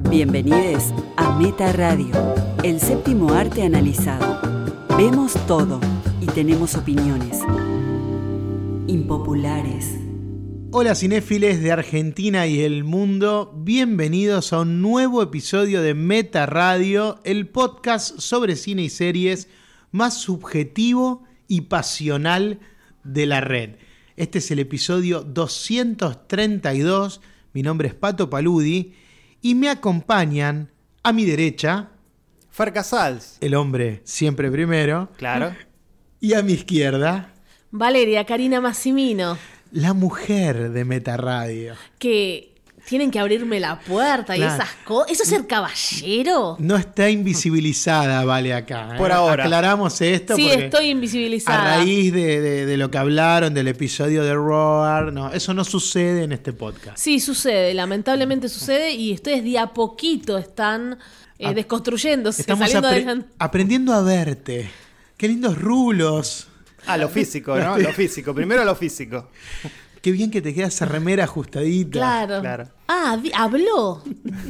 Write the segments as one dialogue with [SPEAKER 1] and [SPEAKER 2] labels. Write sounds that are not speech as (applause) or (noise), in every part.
[SPEAKER 1] Bienvenidos a Meta Radio, el séptimo arte analizado. Vemos todo y tenemos opiniones impopulares.
[SPEAKER 2] Hola cinéfiles de Argentina y el mundo, bienvenidos a un nuevo episodio de Meta Radio, el podcast sobre cine y series más subjetivo y pasional de la red. Este es el episodio 232, mi nombre es Pato Paludi y me acompañan a mi derecha,
[SPEAKER 3] Fer Casals.
[SPEAKER 2] el hombre siempre primero,
[SPEAKER 3] Claro.
[SPEAKER 2] y a mi izquierda,
[SPEAKER 4] Valeria, Karina Massimino,
[SPEAKER 2] la mujer de Meta Radio.
[SPEAKER 4] que tienen que abrirme la puerta y
[SPEAKER 2] Claro.
[SPEAKER 4] esas cosas. ¿Eso es ser caballero?
[SPEAKER 2] No está invisibilizada, vale, acá. ¿eh?
[SPEAKER 3] Por ahora.
[SPEAKER 2] Aclaramos esto.
[SPEAKER 4] sí,
[SPEAKER 2] porque
[SPEAKER 4] estoy
[SPEAKER 2] A
[SPEAKER 4] invisibilizada.
[SPEAKER 2] raíz de, de- de lo que hablaron del episodio de Roar, no, eso no sucede en este podcast.
[SPEAKER 4] Sí, sucede, lamentablemente sucede y ustedes de a poquito están eh,
[SPEAKER 2] Ah,
[SPEAKER 4] desconstruyéndose,
[SPEAKER 2] Estamos
[SPEAKER 4] saliendo
[SPEAKER 2] apre-
[SPEAKER 4] adelante.
[SPEAKER 2] aprendiendo a verte. Qué lindos rulos.
[SPEAKER 3] Ah, lo físico,
[SPEAKER 2] (laughs)
[SPEAKER 3] ¿no? Lo físico. Primero lo físico.
[SPEAKER 2] Qué bien que te queda esa remera ajustadita.
[SPEAKER 4] Claro.
[SPEAKER 3] Claro.
[SPEAKER 4] Ah, di- habló,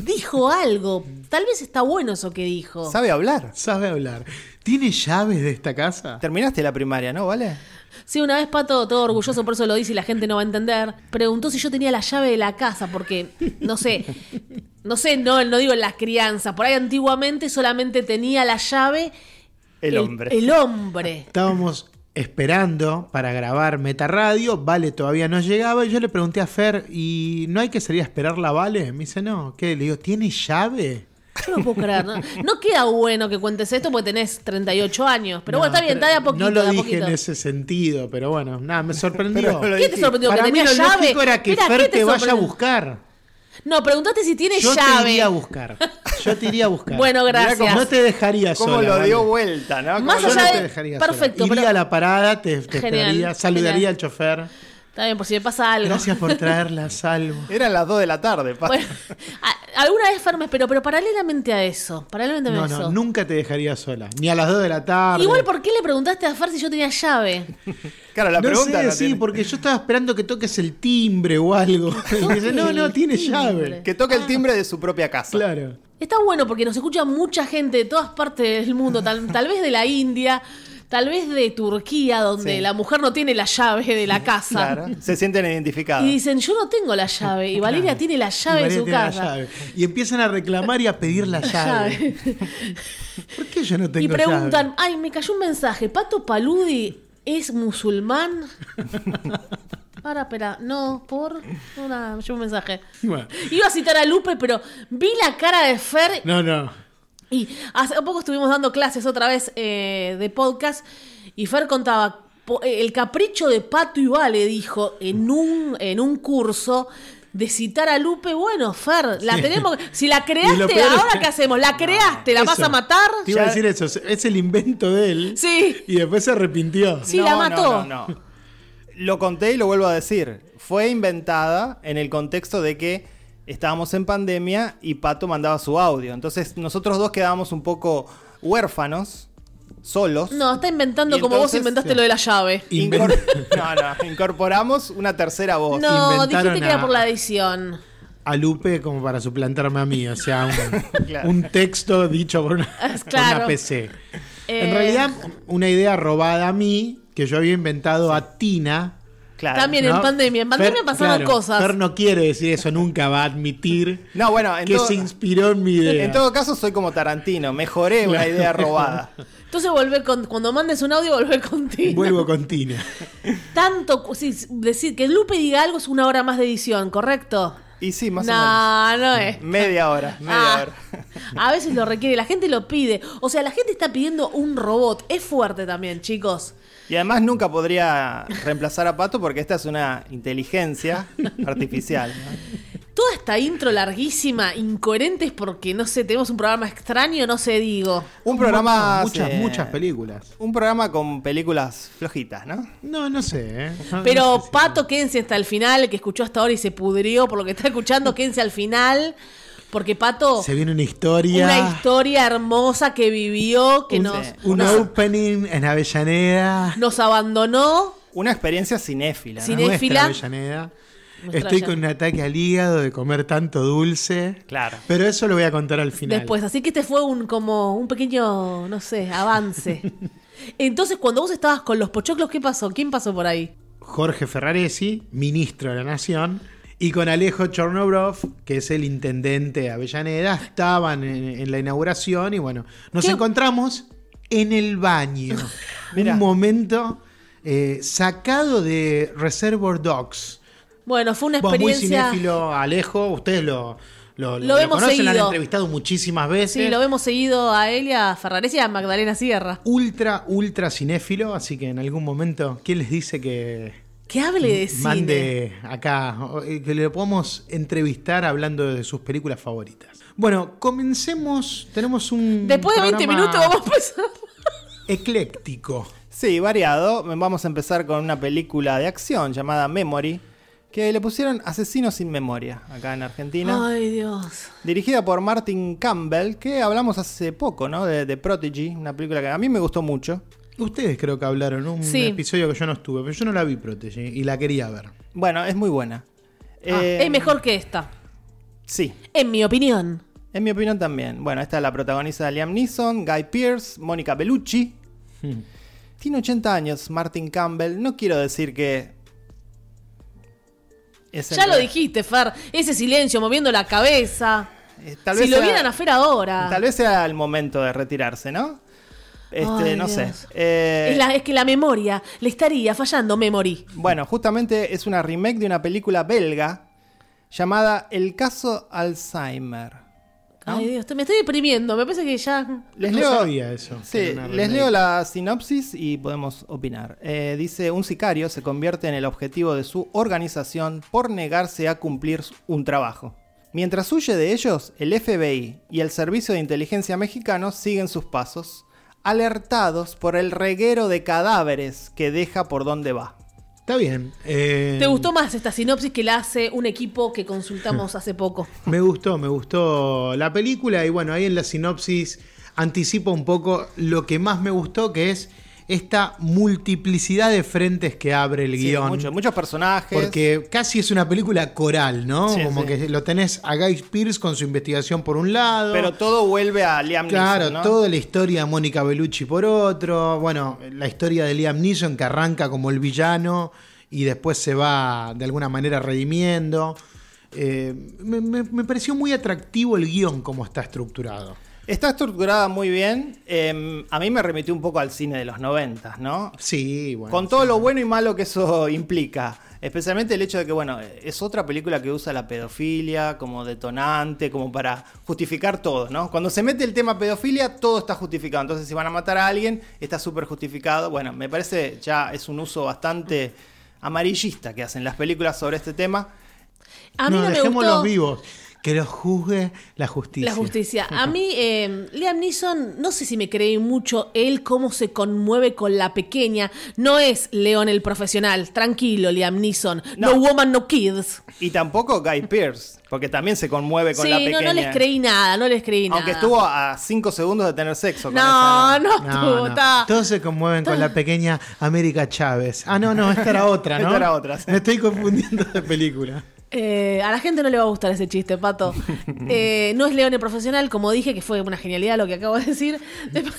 [SPEAKER 4] dijo algo. Tal vez está bueno eso que
[SPEAKER 2] Oh.
[SPEAKER 4] dijo.
[SPEAKER 3] Sabe hablar.
[SPEAKER 2] Sabe hablar. ¿Tiene llaves de esta casa?
[SPEAKER 3] Terminaste la primaria, ¿no? ¿Vale?
[SPEAKER 4] Sí, una vez Pato, todo orgulloso, por eso lo dice y la gente no va a entender, preguntó si yo tenía la llave de la casa, porque, no sé, no sé, no, no digo en las crianzas, por ahí antiguamente solamente tenía la llave
[SPEAKER 3] El hombre.
[SPEAKER 4] El hombre.
[SPEAKER 2] Estábamos esperando para grabar Meta Radio, Vale todavía no llegaba y yo le pregunté a Fer, ¿y no hay que salir a esperarla, Vale? Me dice, no, ¿qué? Le digo, ¿tiene llave?
[SPEAKER 4] Yo no puedo creer, ¿no? No queda bueno que cuentes esto porque tenés 38 años, pero bueno,
[SPEAKER 2] No,
[SPEAKER 4] está bien, está de a poquito,
[SPEAKER 2] No lo
[SPEAKER 4] de a
[SPEAKER 2] dije
[SPEAKER 4] poquito.
[SPEAKER 2] en ese sentido, pero bueno, nada,
[SPEAKER 3] (laughs)
[SPEAKER 2] me sorprendió.
[SPEAKER 3] Pero lo
[SPEAKER 4] ¿Qué te
[SPEAKER 3] dije.
[SPEAKER 4] sorprendió?
[SPEAKER 2] Para
[SPEAKER 4] ¿Que
[SPEAKER 2] mí
[SPEAKER 4] tenía
[SPEAKER 2] lo
[SPEAKER 4] llave?
[SPEAKER 2] lógico era que
[SPEAKER 4] Mirá,
[SPEAKER 2] Fer
[SPEAKER 4] ¿qué
[SPEAKER 2] te, vaya a
[SPEAKER 4] sorprendió?
[SPEAKER 2] buscar.
[SPEAKER 4] No, preguntate si tiene
[SPEAKER 2] Yo
[SPEAKER 4] llave.
[SPEAKER 2] te iría a buscar. Yo te iría a buscar.
[SPEAKER 4] Bueno, gracias.
[SPEAKER 2] Mirá cómo- No te dejaría
[SPEAKER 3] ¿Cómo
[SPEAKER 2] sola,
[SPEAKER 3] lo
[SPEAKER 2] Vale.
[SPEAKER 3] dio vuelta, no? ¿Cómo
[SPEAKER 4] Más
[SPEAKER 3] lo-
[SPEAKER 2] Yo no
[SPEAKER 4] allá
[SPEAKER 2] te
[SPEAKER 4] de-
[SPEAKER 2] dejaría
[SPEAKER 4] perfecto,
[SPEAKER 2] sola. Iría
[SPEAKER 4] pero-
[SPEAKER 2] a la parada, te, te
[SPEAKER 4] Genial,
[SPEAKER 2] esperaría, saludaría
[SPEAKER 4] genial.
[SPEAKER 2] al chofer.
[SPEAKER 4] Está bien, por si me pasa algo.
[SPEAKER 2] Gracias por traerla a salvo.
[SPEAKER 3] Eran las 2 de la tarde, pa.
[SPEAKER 4] Bueno, a- alguna vez Fermes, pero, pero paralelamente a eso. Paralelamente a
[SPEAKER 2] No,
[SPEAKER 4] eso.
[SPEAKER 2] no, nunca te dejaría sola. Ni a las 2 de la tarde.
[SPEAKER 4] Igual, ¿por qué le preguntaste a Fer si yo tenía llave?
[SPEAKER 3] Claro, la
[SPEAKER 2] no
[SPEAKER 3] pregunta
[SPEAKER 2] sé,
[SPEAKER 3] no
[SPEAKER 2] sí,
[SPEAKER 3] tiene-
[SPEAKER 2] porque yo estaba esperando que toques el timbre o
[SPEAKER 4] (laughs)
[SPEAKER 2] algo. Y me dice, no, no, tiene
[SPEAKER 4] Timbre.
[SPEAKER 2] llave.
[SPEAKER 3] Que toque
[SPEAKER 4] Ah.
[SPEAKER 3] el timbre de su propia casa.
[SPEAKER 2] Claro.
[SPEAKER 4] Está bueno porque nos escucha mucha gente de todas partes del mundo, tal, tal vez de la India, tal vez de Turquía, donde
[SPEAKER 3] Sí.
[SPEAKER 4] la mujer no tiene la llave de la casa.
[SPEAKER 3] Claro. Se sienten identificados.
[SPEAKER 4] Y dicen, yo no tengo la llave. Y Valeria tiene la
[SPEAKER 2] Y
[SPEAKER 4] llave de
[SPEAKER 2] María
[SPEAKER 4] su
[SPEAKER 2] tiene la
[SPEAKER 4] casa.
[SPEAKER 2] llave. Y empiezan a reclamar y a pedir
[SPEAKER 4] (laughs)
[SPEAKER 2] la llave.
[SPEAKER 4] Llave.
[SPEAKER 2] ¿Por qué yo no tengo
[SPEAKER 4] Y
[SPEAKER 2] llave?
[SPEAKER 4] preguntan, ay, me cayó un mensaje, ¿Pato Paludi
[SPEAKER 2] (laughs)
[SPEAKER 4] es musulmán? Ahora, espera, no, por... No, nada, me llegó un mensaje.
[SPEAKER 2] Bueno.
[SPEAKER 4] Iba a citar a Lupe, pero vi la cara de Fer
[SPEAKER 2] No, no.
[SPEAKER 4] y hace poco estuvimos dando clases otra vez eh, de podcast y Fer contaba, po- eh, el capricho de Pato y Vale, dijo, en un, en un curso... De citar a Lupe, bueno, Fer, la tenemos. Si la
[SPEAKER 2] Y lo
[SPEAKER 4] creaste,
[SPEAKER 2] peor es
[SPEAKER 4] ¿ahora
[SPEAKER 2] que-
[SPEAKER 4] qué hacemos? ¿La creaste? ¿La vas
[SPEAKER 2] Eso.
[SPEAKER 4] a matar?
[SPEAKER 2] Te iba a
[SPEAKER 3] Ya-
[SPEAKER 2] decir eso. Es el invento de él.
[SPEAKER 4] Sí.
[SPEAKER 2] Y después se arrepintió.
[SPEAKER 4] Sí, la mató.
[SPEAKER 3] No, no, no. Lo conté y lo vuelvo a decir. Fue inventada en el contexto de que estábamos en pandemia y Pato mandaba su audio. Entonces nosotros dos quedábamos un poco huérfanos, solos.
[SPEAKER 4] No, está inventando
[SPEAKER 3] Y
[SPEAKER 4] como
[SPEAKER 3] entonces-
[SPEAKER 4] vos inventaste lo de la llave.
[SPEAKER 3] Incor-
[SPEAKER 2] Invent-
[SPEAKER 3] no, no, incorporamos una tercera voz.
[SPEAKER 4] No,
[SPEAKER 2] inventaron
[SPEAKER 4] dijiste que era
[SPEAKER 2] a-
[SPEAKER 4] por la edición.
[SPEAKER 2] A Lupe como para suplantarme a mí. O sea,
[SPEAKER 4] (laughs)
[SPEAKER 2] un,
[SPEAKER 3] Claro.
[SPEAKER 2] un texto dicho por una, por
[SPEAKER 4] Claro.
[SPEAKER 2] una PC.
[SPEAKER 4] Eh,
[SPEAKER 2] En realidad, una idea robada a mí, que yo había inventado a Tina.
[SPEAKER 3] Claro.
[SPEAKER 4] También. En pandemia, en pandemia pasaron cosas.
[SPEAKER 2] Fer no quiere decir eso, nunca va a admitir
[SPEAKER 3] No, bueno, en,
[SPEAKER 2] que
[SPEAKER 3] todo,
[SPEAKER 2] se inspiró en mi idea.
[SPEAKER 3] en todo caso soy como Tarantino, mejoré una idea robada.
[SPEAKER 4] Entonces volvé con. Cuando mandes un audio, volvé (laughs) contigo.
[SPEAKER 2] Vuelvo con Tina.
[SPEAKER 4] Tanto. cu- sí, decir que Lupe diga algo es una hora más de edición, ¿correcto?
[SPEAKER 3] Y sí, más o
[SPEAKER 4] no, no es.
[SPEAKER 3] menos. Media hora, media
[SPEAKER 4] Ah,
[SPEAKER 3] hora.
[SPEAKER 4] (laughs) a veces lo requiere, la gente lo pide. O sea, la gente está pidiendo un robot. Es fuerte también, chicos.
[SPEAKER 3] Y además nunca podría reemplazar a Pato porque esta es una inteligencia artificial. ¿no?
[SPEAKER 4] Toda esta intro larguísima, incoherentes porque, no sé, tenemos un programa extraño, no sé, digo.
[SPEAKER 3] Un programa...
[SPEAKER 2] Muchas,
[SPEAKER 3] eh,
[SPEAKER 2] muchas películas.
[SPEAKER 3] Un programa con películas flojitas, ¿no?
[SPEAKER 2] No, no sé. ¿eh? No, no
[SPEAKER 4] Pero
[SPEAKER 2] sé si-
[SPEAKER 4] Pato, quédense hasta el final, el que escuchó hasta ahora y se pudrió por lo que está
[SPEAKER 2] (laughs)
[SPEAKER 4] escuchando, quédense al final, porque Pato,
[SPEAKER 2] Se viene una historia.
[SPEAKER 4] una historia hermosa que vivió, que
[SPEAKER 2] Uh,
[SPEAKER 3] Un-
[SPEAKER 4] nos,
[SPEAKER 3] sí.
[SPEAKER 2] Un
[SPEAKER 3] Una-
[SPEAKER 2] opening en Avellaneda.
[SPEAKER 4] nos abandonó,
[SPEAKER 3] Una experiencia cinéfila. ¿no?
[SPEAKER 4] Cinéfila.
[SPEAKER 2] Nuestra Avellaneda. Estoy
[SPEAKER 4] ya.
[SPEAKER 2] con un ataque al hígado de comer tanto dulce.
[SPEAKER 3] Claro.
[SPEAKER 2] Pero eso lo voy a contar al final.
[SPEAKER 4] Después, así que este fue un como un pequeño, no sé,
[SPEAKER 2] (laughs)
[SPEAKER 4] avance. Entonces, cuando vos estabas con los pochoclos, ¿qué pasó? ¿Quién pasó por ahí?
[SPEAKER 2] Jorge Ferraresi, ministro de la Nación, y con Alejo Chornobrov, que es el intendente de Avellaneda, estaban en, en la inauguración y bueno, nos
[SPEAKER 4] ¿Qué?
[SPEAKER 2] encontramos en el
[SPEAKER 4] (laughs)
[SPEAKER 2] baño.
[SPEAKER 3] Mirá.
[SPEAKER 2] Un momento eh, sacado de Reservoir Dogs.
[SPEAKER 4] Bueno, fue una
[SPEAKER 2] Vos muy
[SPEAKER 4] experiencia.
[SPEAKER 2] cinéfilo, Alejo, ustedes lo, lo,
[SPEAKER 4] Lo vemos
[SPEAKER 2] conocen, lo han
[SPEAKER 4] seguido.
[SPEAKER 2] entrevistado muchísimas veces.
[SPEAKER 4] Sí, lo vemos seguido a Elia Ferrares y a Magdalena Sierra.
[SPEAKER 2] Ultra, ultra cinéfilo, así que en algún momento, ¿quién les dice que
[SPEAKER 4] Que hable de cine.
[SPEAKER 2] mande acá, o, eh, que le podamos entrevistar hablando de sus películas favoritas. Bueno, comencemos, tenemos un...
[SPEAKER 4] Después de 20
[SPEAKER 2] programa
[SPEAKER 4] minutos vamos a pasar.
[SPEAKER 2] Ecléctico.
[SPEAKER 3] Sí, variado. Vamos a empezar con una película de acción llamada Memory, que le pusieron Asesinos sin Memoria acá en Argentina.
[SPEAKER 4] Ay, Dios.
[SPEAKER 3] Dirigida por Martin Campbell, que hablamos hace poco, ¿no? De, de Prodigy, una película que a mí me gustó mucho.
[SPEAKER 2] Ustedes creo que hablaron un
[SPEAKER 4] Sí.
[SPEAKER 2] episodio que yo no estuve, pero yo no la vi Protege y la quería ver.
[SPEAKER 3] Bueno, es muy buena.
[SPEAKER 4] Ah,
[SPEAKER 3] Eh,
[SPEAKER 4] es mejor que esta.
[SPEAKER 3] Sí,
[SPEAKER 4] En mi opinión.
[SPEAKER 3] en mi opinión también. Bueno, esta la protagoniza Liam Neeson, Guy Pearce, Mónica Bellucci.
[SPEAKER 4] Hmm.
[SPEAKER 3] Tiene 80 años Martin Campbell. No quiero decir que... es
[SPEAKER 4] ya
[SPEAKER 3] el-
[SPEAKER 4] lo dijiste, Fer. Ese silencio moviendo la cabeza.
[SPEAKER 3] Eh, tal
[SPEAKER 4] si
[SPEAKER 3] vez
[SPEAKER 4] lo
[SPEAKER 3] era-
[SPEAKER 4] vieran a Fer ahora.
[SPEAKER 3] Tal vez sea el momento de retirarse, ¿no? Este,
[SPEAKER 4] Ay,
[SPEAKER 3] no
[SPEAKER 4] Dios.
[SPEAKER 3] sé. Eh,
[SPEAKER 4] es, la- es que la memoria le estaría fallando, memory.
[SPEAKER 3] Bueno, justamente es una remake de una película belga llamada El caso Alzheimer. ¿no?
[SPEAKER 4] Ay, Dios, te- me estoy deprimiendo. Me parece que ya.
[SPEAKER 3] Les
[SPEAKER 2] no
[SPEAKER 3] leo-
[SPEAKER 2] sabía eso. que
[SPEAKER 3] Sí,
[SPEAKER 2] era una
[SPEAKER 3] les
[SPEAKER 2] remake.
[SPEAKER 3] leo la sinopsis y podemos opinar. Eh, dice, un sicario se convierte en el objetivo de su organización por negarse a cumplir un trabajo. Mientras huye de ellos, el FBI y el Servicio de Inteligencia Mexicano siguen sus pasos, alertados por el reguero de cadáveres que deja por donde va.
[SPEAKER 2] Está bien. eh,
[SPEAKER 4] ¿Te gustó más esta sinopsis que la hace un equipo que consultamos hace poco?
[SPEAKER 2] Me gustó, me gustó la película y bueno, ahí en la sinopsis anticipo un poco lo que más me gustó, que es esta multiplicidad de frentes que abre el
[SPEAKER 3] Sí,
[SPEAKER 2] guión.
[SPEAKER 3] mucho- muchos personajes.
[SPEAKER 2] Porque casi es una película coral, ¿no?
[SPEAKER 3] Sí,
[SPEAKER 2] Como
[SPEAKER 3] sí.
[SPEAKER 2] que lo tenés a Guy Pierce con su investigación por un lado.
[SPEAKER 3] Pero todo vuelve a Liam
[SPEAKER 2] Claro,
[SPEAKER 3] Neeson, ¿no?
[SPEAKER 2] toda la historia de Mónica Bellucci por otro, bueno, la historia de Liam Neeson que arranca como el villano y después se va de alguna manera redimiendo. Eh, me, me- me pareció muy atractivo el guión como está estructurado.
[SPEAKER 3] Está estructurada muy bien. Eh, a mí me remitió un poco al cine de los 90, ¿no?
[SPEAKER 2] Sí, bueno.
[SPEAKER 3] Con todo lo bueno y malo que eso (laughs) implica. Especialmente el hecho de que, bueno, es otra película que usa la pedofilia como detonante, como para justificar todo, ¿no? Cuando se mete el tema pedofilia, todo está justificado. Entonces, si van a matar a alguien, está súper justificado. Bueno, me parece ya es un uso bastante amarillista que hacen las películas sobre este tema.
[SPEAKER 4] A mí no, me
[SPEAKER 2] dejemos
[SPEAKER 4] gustó
[SPEAKER 2] los vivos. Que los juzgue la justicia.
[SPEAKER 4] la justicia.
[SPEAKER 3] (laughs)
[SPEAKER 4] A mí, eh, Liam Neeson, no sé si me creí mucho él cómo se conmueve con la pequeña. No es León el profesional. Tranquilo, Liam Neeson. No,
[SPEAKER 3] No.
[SPEAKER 4] woman, no kids.
[SPEAKER 3] Y tampoco Guy Pierce, porque también se conmueve con
[SPEAKER 4] Sí,
[SPEAKER 3] la
[SPEAKER 4] no,
[SPEAKER 3] pequeña.
[SPEAKER 4] no les creí nada, no les creí nada.
[SPEAKER 3] Aunque estuvo a 5 segundos de tener sexo. con
[SPEAKER 4] No,
[SPEAKER 3] esa-
[SPEAKER 4] no
[SPEAKER 2] No,
[SPEAKER 4] estuvo.
[SPEAKER 2] no.
[SPEAKER 4] ta.
[SPEAKER 2] Todos se conmueven con la pequeña América Chávez. Ah, no, no, esta era
[SPEAKER 3] (laughs)
[SPEAKER 2] otra, ¿no?
[SPEAKER 3] Esta era otra, sí.
[SPEAKER 2] Me estoy confundiendo de película.
[SPEAKER 4] Eh, a la gente no le va a gustar ese
[SPEAKER 3] (laughs)
[SPEAKER 4] chiste, Pato. Eh, no es León el profesional, como dije, que fue una genialidad lo que acabo de
[SPEAKER 3] (laughs)
[SPEAKER 4] decir. Después-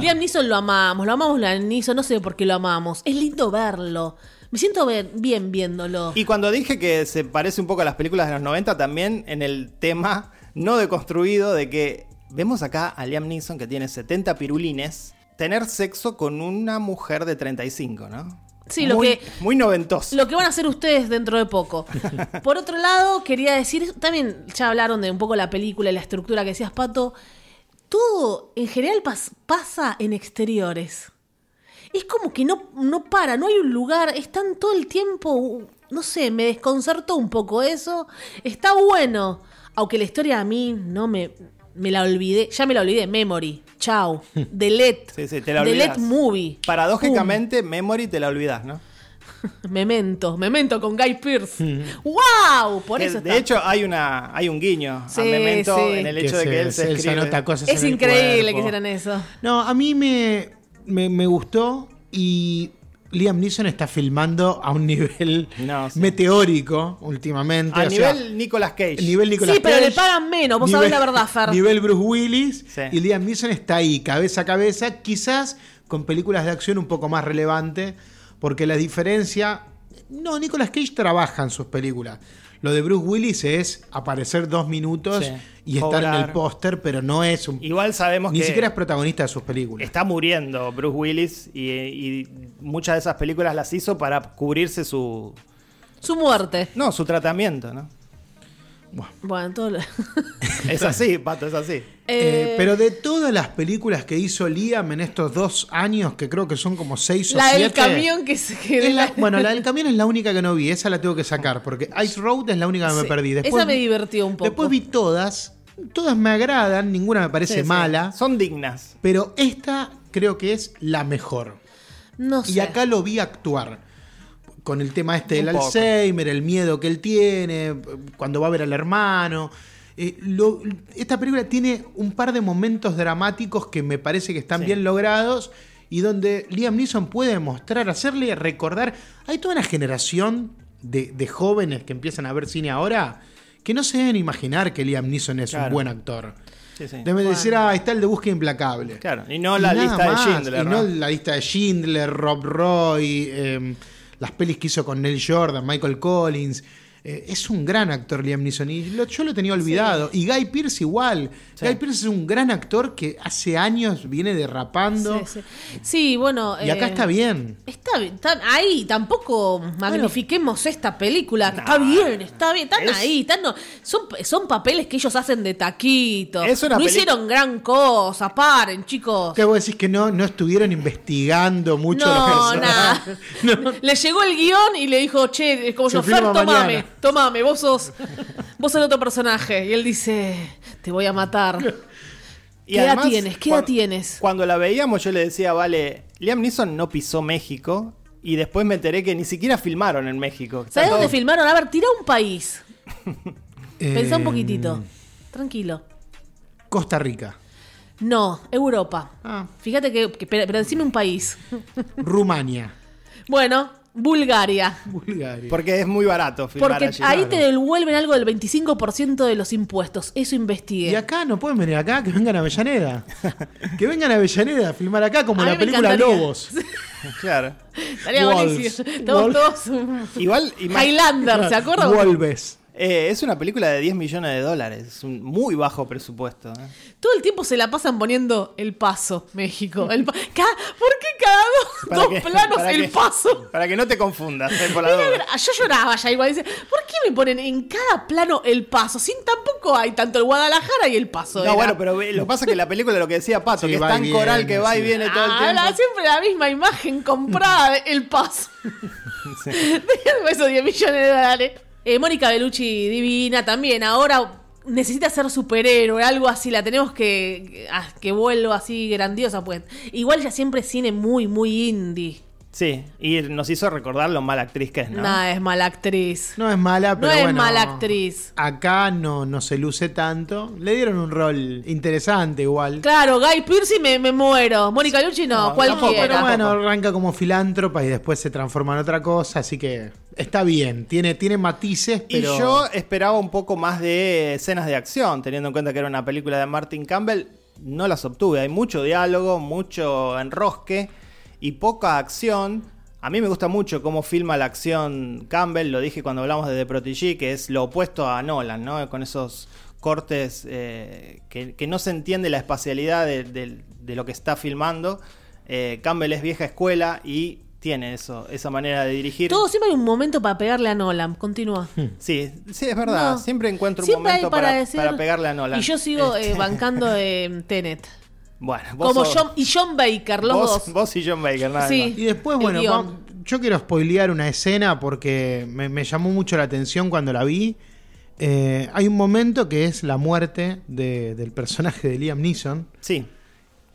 [SPEAKER 4] Liam Neeson lo amamos, lo amamos Liam Neeson, no sé por qué lo amamos. Es lindo verlo. Me siento ver- bien viéndolo.
[SPEAKER 3] Y cuando dije que se parece un poco a las películas de los 90, también en el tema no deconstruido de que vemos acá a Liam Neeson que tiene 70 pirulines tener sexo con una mujer de 35, ¿no?
[SPEAKER 4] Sí, lo
[SPEAKER 3] Muy-
[SPEAKER 4] que-
[SPEAKER 3] Muy noventoso.
[SPEAKER 4] Lo que van a hacer ustedes dentro
[SPEAKER 3] (laughs)
[SPEAKER 4] de poco. Por otro lado, quería decir, también ya hablaron de un poco la película y la estructura que decías, Pato. Todo en general pas- pasa en exteriores. Es como que no, no para, no hay un lugar, están todo el tiempo, no sé, me desconcertó un poco eso. Está bueno, aunque la historia a mí no me, me la olvidé, ya me la olvidé, Memory,
[SPEAKER 3] (laughs)
[SPEAKER 4] chau, Delete,
[SPEAKER 3] Sí, sí, te la olvidás.
[SPEAKER 4] Delete Movie.
[SPEAKER 3] Paradójicamente, Memory te la olvidas, ¿no?
[SPEAKER 4] Memento, Memento con Guy Pierce.
[SPEAKER 2] Mm.
[SPEAKER 4] ¡Wow! Por
[SPEAKER 2] Eh,
[SPEAKER 3] Que,
[SPEAKER 4] eso
[SPEAKER 3] de
[SPEAKER 4] está.
[SPEAKER 3] hecho, hay una hay un guiño
[SPEAKER 4] Sí,
[SPEAKER 3] a Memento
[SPEAKER 4] sí.
[SPEAKER 3] en el hecho de que él se, escribe.
[SPEAKER 2] anota cosas
[SPEAKER 4] es
[SPEAKER 2] en el
[SPEAKER 4] increíble que
[SPEAKER 2] cuerpo.
[SPEAKER 4] hicieran eso.
[SPEAKER 2] No, a mí me, me, me gustó y Liam Neeson está filmando a un (laughs) nivel
[SPEAKER 3] No, sí.
[SPEAKER 2] meteórico últimamente.
[SPEAKER 3] A
[SPEAKER 2] o sea,
[SPEAKER 3] nivel Nicolas Cage.
[SPEAKER 2] nivel Nicolas
[SPEAKER 4] Sí, pero le
[SPEAKER 2] Cage,
[SPEAKER 4] pagan menos, vos sabés la verdad, Fer.
[SPEAKER 2] Nivel Bruce Willis
[SPEAKER 3] Sí.
[SPEAKER 2] y Liam Neeson está ahí, cabeza a cabeza, quizás con películas de acción un poco más relevante, porque la diferencia... No, Nicolas Cage trabaja en sus películas. Lo de Bruce Willis es aparecer dos minutos
[SPEAKER 3] Sí.
[SPEAKER 2] y estar en el
[SPEAKER 3] Cobrar.
[SPEAKER 2] póster, pero no es un...
[SPEAKER 3] Igual sabemos
[SPEAKER 2] Ni
[SPEAKER 3] que
[SPEAKER 2] siquiera es protagonista de sus películas.
[SPEAKER 3] está muriendo Bruce Willis y, y muchas de esas películas las hizo para cubrirse su.
[SPEAKER 4] Su muerte.
[SPEAKER 3] No, su
[SPEAKER 2] (laughs)
[SPEAKER 3] tratamiento, ¿no?
[SPEAKER 4] Bueno, todo lo-
[SPEAKER 3] Es así, pato, es así.
[SPEAKER 2] Eh,
[SPEAKER 4] Eh,
[SPEAKER 2] pero de todas las películas que hizo Liam en estos dos años, que creo que son como seis o
[SPEAKER 4] la
[SPEAKER 2] siete...
[SPEAKER 4] del camión que se que
[SPEAKER 2] Es la- bueno, la del camión es la única que no vi, esa la tengo que sacar, porque Ice Road es la única que me
[SPEAKER 4] Sí,
[SPEAKER 2] perdí.
[SPEAKER 4] esa
[SPEAKER 2] Después,
[SPEAKER 4] me divirtió un poco.
[SPEAKER 2] Después vi todas, todas me agradan, ninguna me parece
[SPEAKER 3] Sí, sí.
[SPEAKER 2] mala,
[SPEAKER 3] Son dignas.
[SPEAKER 2] pero esta creo que es la mejor.
[SPEAKER 4] No sé.
[SPEAKER 2] Y acá lo vi actuar. Con el tema este
[SPEAKER 3] Un
[SPEAKER 2] del
[SPEAKER 3] poco.
[SPEAKER 2] Alzheimer, el miedo que él tiene, cuando va a ver al hermano. Eh, lo- esta película tiene un par de momentos dramáticos que me parece que están
[SPEAKER 3] Sí.
[SPEAKER 2] bien logrados y donde Liam Neeson puede mostrar, hacerle recordar. Hay toda una generación de, de jóvenes que empiezan a ver cine ahora que no se deben imaginar que Liam Neeson es un
[SPEAKER 3] Claro.
[SPEAKER 2] buen actor.
[SPEAKER 3] Sí, sí.
[SPEAKER 2] Deben decir, ah, está el de Búsqueda Implacable.
[SPEAKER 3] Claro, y no
[SPEAKER 2] Y
[SPEAKER 3] la
[SPEAKER 2] nada
[SPEAKER 3] lista
[SPEAKER 2] más,
[SPEAKER 3] de Schindler.
[SPEAKER 2] Y
[SPEAKER 3] ¿no?
[SPEAKER 2] no la lista de Schindler, Rob Roy, eh, las pelis que hizo con Neil Jordan, Michael Collins. Eh, es un gran actor Liam Neeson y lo- yo lo tenía olvidado. Y Guy Pearce igual.
[SPEAKER 3] Sí.
[SPEAKER 2] Guy Pearce es un gran actor que hace años viene derrapando.
[SPEAKER 4] Sí, sí. Sí, bueno.
[SPEAKER 2] Y acá
[SPEAKER 4] eh,
[SPEAKER 2] está bien.
[SPEAKER 4] Está bien, están ahí, tampoco magnifiquemos esta película. que está
[SPEAKER 3] No,
[SPEAKER 4] bien, está bien, están
[SPEAKER 3] es-
[SPEAKER 4] ahí, están, no- son, son papeles que ellos hacen de taquito.
[SPEAKER 3] Es una
[SPEAKER 4] no
[SPEAKER 3] peli-
[SPEAKER 4] hicieron gran cosa, paren, chicos.
[SPEAKER 2] Que vos decís que no, no estuvieron investigando mucho
[SPEAKER 4] No,
[SPEAKER 2] los personajes.
[SPEAKER 4] nada. (laughs) Le llegó el guión y le dijo, che, como
[SPEAKER 2] Se
[SPEAKER 4] yo, Fer,
[SPEAKER 2] firma
[SPEAKER 4] tomame,
[SPEAKER 2] mañana".
[SPEAKER 4] tomame, vos sos, vos sos el otro personaje. Y él dice, te voy
[SPEAKER 2] (laughs)
[SPEAKER 4] a matar.
[SPEAKER 3] Y
[SPEAKER 4] ¿Qué edad
[SPEAKER 3] además,
[SPEAKER 4] tienes? ¿Qué
[SPEAKER 3] cuan-
[SPEAKER 4] edad tienes?
[SPEAKER 3] Cuando la veíamos, yo le decía, vale, Liam Neeson no pisó México. Y después me enteré que ni siquiera filmaron en México. Está
[SPEAKER 4] ¿Sabés
[SPEAKER 3] todo-
[SPEAKER 4] dónde filmaron? A ver, tira un país. Pensá un
[SPEAKER 2] Eh,
[SPEAKER 4] poquitito. Tranquilo.
[SPEAKER 2] Costa Rica,
[SPEAKER 4] No, Europa.
[SPEAKER 2] Ah.
[SPEAKER 4] Fíjate que, que- pero, pero decime un país.
[SPEAKER 2] Rumania, (laughs)
[SPEAKER 4] Bueno, Bulgaria.
[SPEAKER 2] Bulgaria.
[SPEAKER 3] Porque es muy barato filmar
[SPEAKER 4] Porque
[SPEAKER 3] allí.
[SPEAKER 4] ahí
[SPEAKER 3] Claro.
[SPEAKER 4] te devuelven algo del 25% de los impuestos. Eso investigué.
[SPEAKER 2] Y acá no pueden venir acá, que vengan a
[SPEAKER 4] (laughs)
[SPEAKER 2] Avellaneda. que vengan a Avellaneda a filmar acá como
[SPEAKER 4] A mí
[SPEAKER 2] la
[SPEAKER 4] me
[SPEAKER 2] película
[SPEAKER 4] encantaría. (laughs)
[SPEAKER 2] Lobos.
[SPEAKER 3] Claro. (laughs)
[SPEAKER 4] Estaría
[SPEAKER 2] Wolves.
[SPEAKER 4] buenísimo. Estamos
[SPEAKER 2] Wolves.
[SPEAKER 4] todos.
[SPEAKER 3] Igual, ima-
[SPEAKER 4] Highlander, ¿se acuerdan?
[SPEAKER 2] Wolves.
[SPEAKER 3] eh, es una película de 10 millones de dólares. Es un muy bajo presupuesto. ¿eh?
[SPEAKER 4] Todo el tiempo se la pasan poniendo el paso, México. El pa- Ca- ¿Por qué cada
[SPEAKER 3] (laughs)
[SPEAKER 4] dos,
[SPEAKER 3] Para
[SPEAKER 4] dos
[SPEAKER 3] que-
[SPEAKER 4] planos
[SPEAKER 3] para
[SPEAKER 4] el
[SPEAKER 3] que- (laughs)
[SPEAKER 4] paso?
[SPEAKER 3] Para que no te confundas. eh, por la
[SPEAKER 4] Era
[SPEAKER 3] duda.
[SPEAKER 4] gra- Yo lloraba ya igual. Dice, ¿por qué me ponen en cada plano el paso? Sin tampoco hay tanto el Guadalajara y el paso.
[SPEAKER 3] No,
[SPEAKER 4] era.
[SPEAKER 3] bueno, pero ve- lo que pasa es que la película, lo que decía Pato,
[SPEAKER 2] Sí,
[SPEAKER 3] que es
[SPEAKER 2] va y
[SPEAKER 3] tan
[SPEAKER 2] viene,
[SPEAKER 3] coral que va y
[SPEAKER 2] sí.
[SPEAKER 3] viene todo el
[SPEAKER 4] Ah,
[SPEAKER 3] tiempo.
[SPEAKER 4] la- siempre la misma imagen comprada de el
[SPEAKER 3] (laughs)
[SPEAKER 4] paso. Déjenme esos 10 millones de dólares. Eh, Mónica Bellucci, divina también. Ahora necesita ser superhéroe, algo así. La tenemos que. a- que vuelva así grandiosa, pues. Igual ya siempre es cine muy, muy indie.
[SPEAKER 3] Sí, y nos hizo recordar lo mala actriz que es, ¿no?
[SPEAKER 4] Nada, es mala actriz.
[SPEAKER 2] No es mala, pero
[SPEAKER 4] es
[SPEAKER 2] bueno,
[SPEAKER 4] mala actriz.
[SPEAKER 2] Acá no, no se luce tanto. Le dieron un rol interesante igual.
[SPEAKER 4] Claro, Guy Pearce me, me muero. Mónica Bellucci no,
[SPEAKER 3] No,
[SPEAKER 2] No,
[SPEAKER 4] cualquiera.
[SPEAKER 2] pero
[SPEAKER 3] Tampoco.
[SPEAKER 2] bueno, arranca como filántropa y después se transforma en otra cosa, así que está bien. Tiene, tiene matices,
[SPEAKER 3] Y
[SPEAKER 2] pero...
[SPEAKER 3] yo esperaba un poco más de escenas de acción, teniendo en cuenta que era una película de Martin Campbell. No las obtuve. Hay mucho diálogo, mucho enrosque y poca acción. A mí me gusta mucho cómo filma la acción Campbell, lo dije cuando hablamos de The Prodigy, que es lo opuesto a Nolan, ¿no? Con esos cortes eh, que, que no se entiende la espacialidad de, de- de lo que está filmando. Eh, Campbell es vieja escuela y tiene eso, esa manera de dirigir.
[SPEAKER 4] Todo siempre hay un momento para pegarle a Nolan. Continúa.
[SPEAKER 3] Sí, sí, es verdad.
[SPEAKER 4] No.
[SPEAKER 3] Siempre encuentro un
[SPEAKER 4] Siempre hay
[SPEAKER 3] momento para,
[SPEAKER 4] decir-
[SPEAKER 3] para pegarle a Nolan.
[SPEAKER 4] Y yo sigo
[SPEAKER 3] Este,
[SPEAKER 4] eh, bancando eh, Tenet.
[SPEAKER 3] (laughs) bueno, vos
[SPEAKER 4] Como
[SPEAKER 3] sos-
[SPEAKER 4] John, y John Baker, los
[SPEAKER 3] vos,
[SPEAKER 4] dos.
[SPEAKER 3] vos y John Baker, nada
[SPEAKER 4] Sí.
[SPEAKER 2] Y después,
[SPEAKER 4] El
[SPEAKER 2] bueno,
[SPEAKER 4] guión.
[SPEAKER 2] vam- yo quiero spoilear una escena porque me, me llamó mucho la atención cuando la vi. Eh, hay un momento que es la muerte de- del personaje de Liam Neeson,
[SPEAKER 3] más. Sí.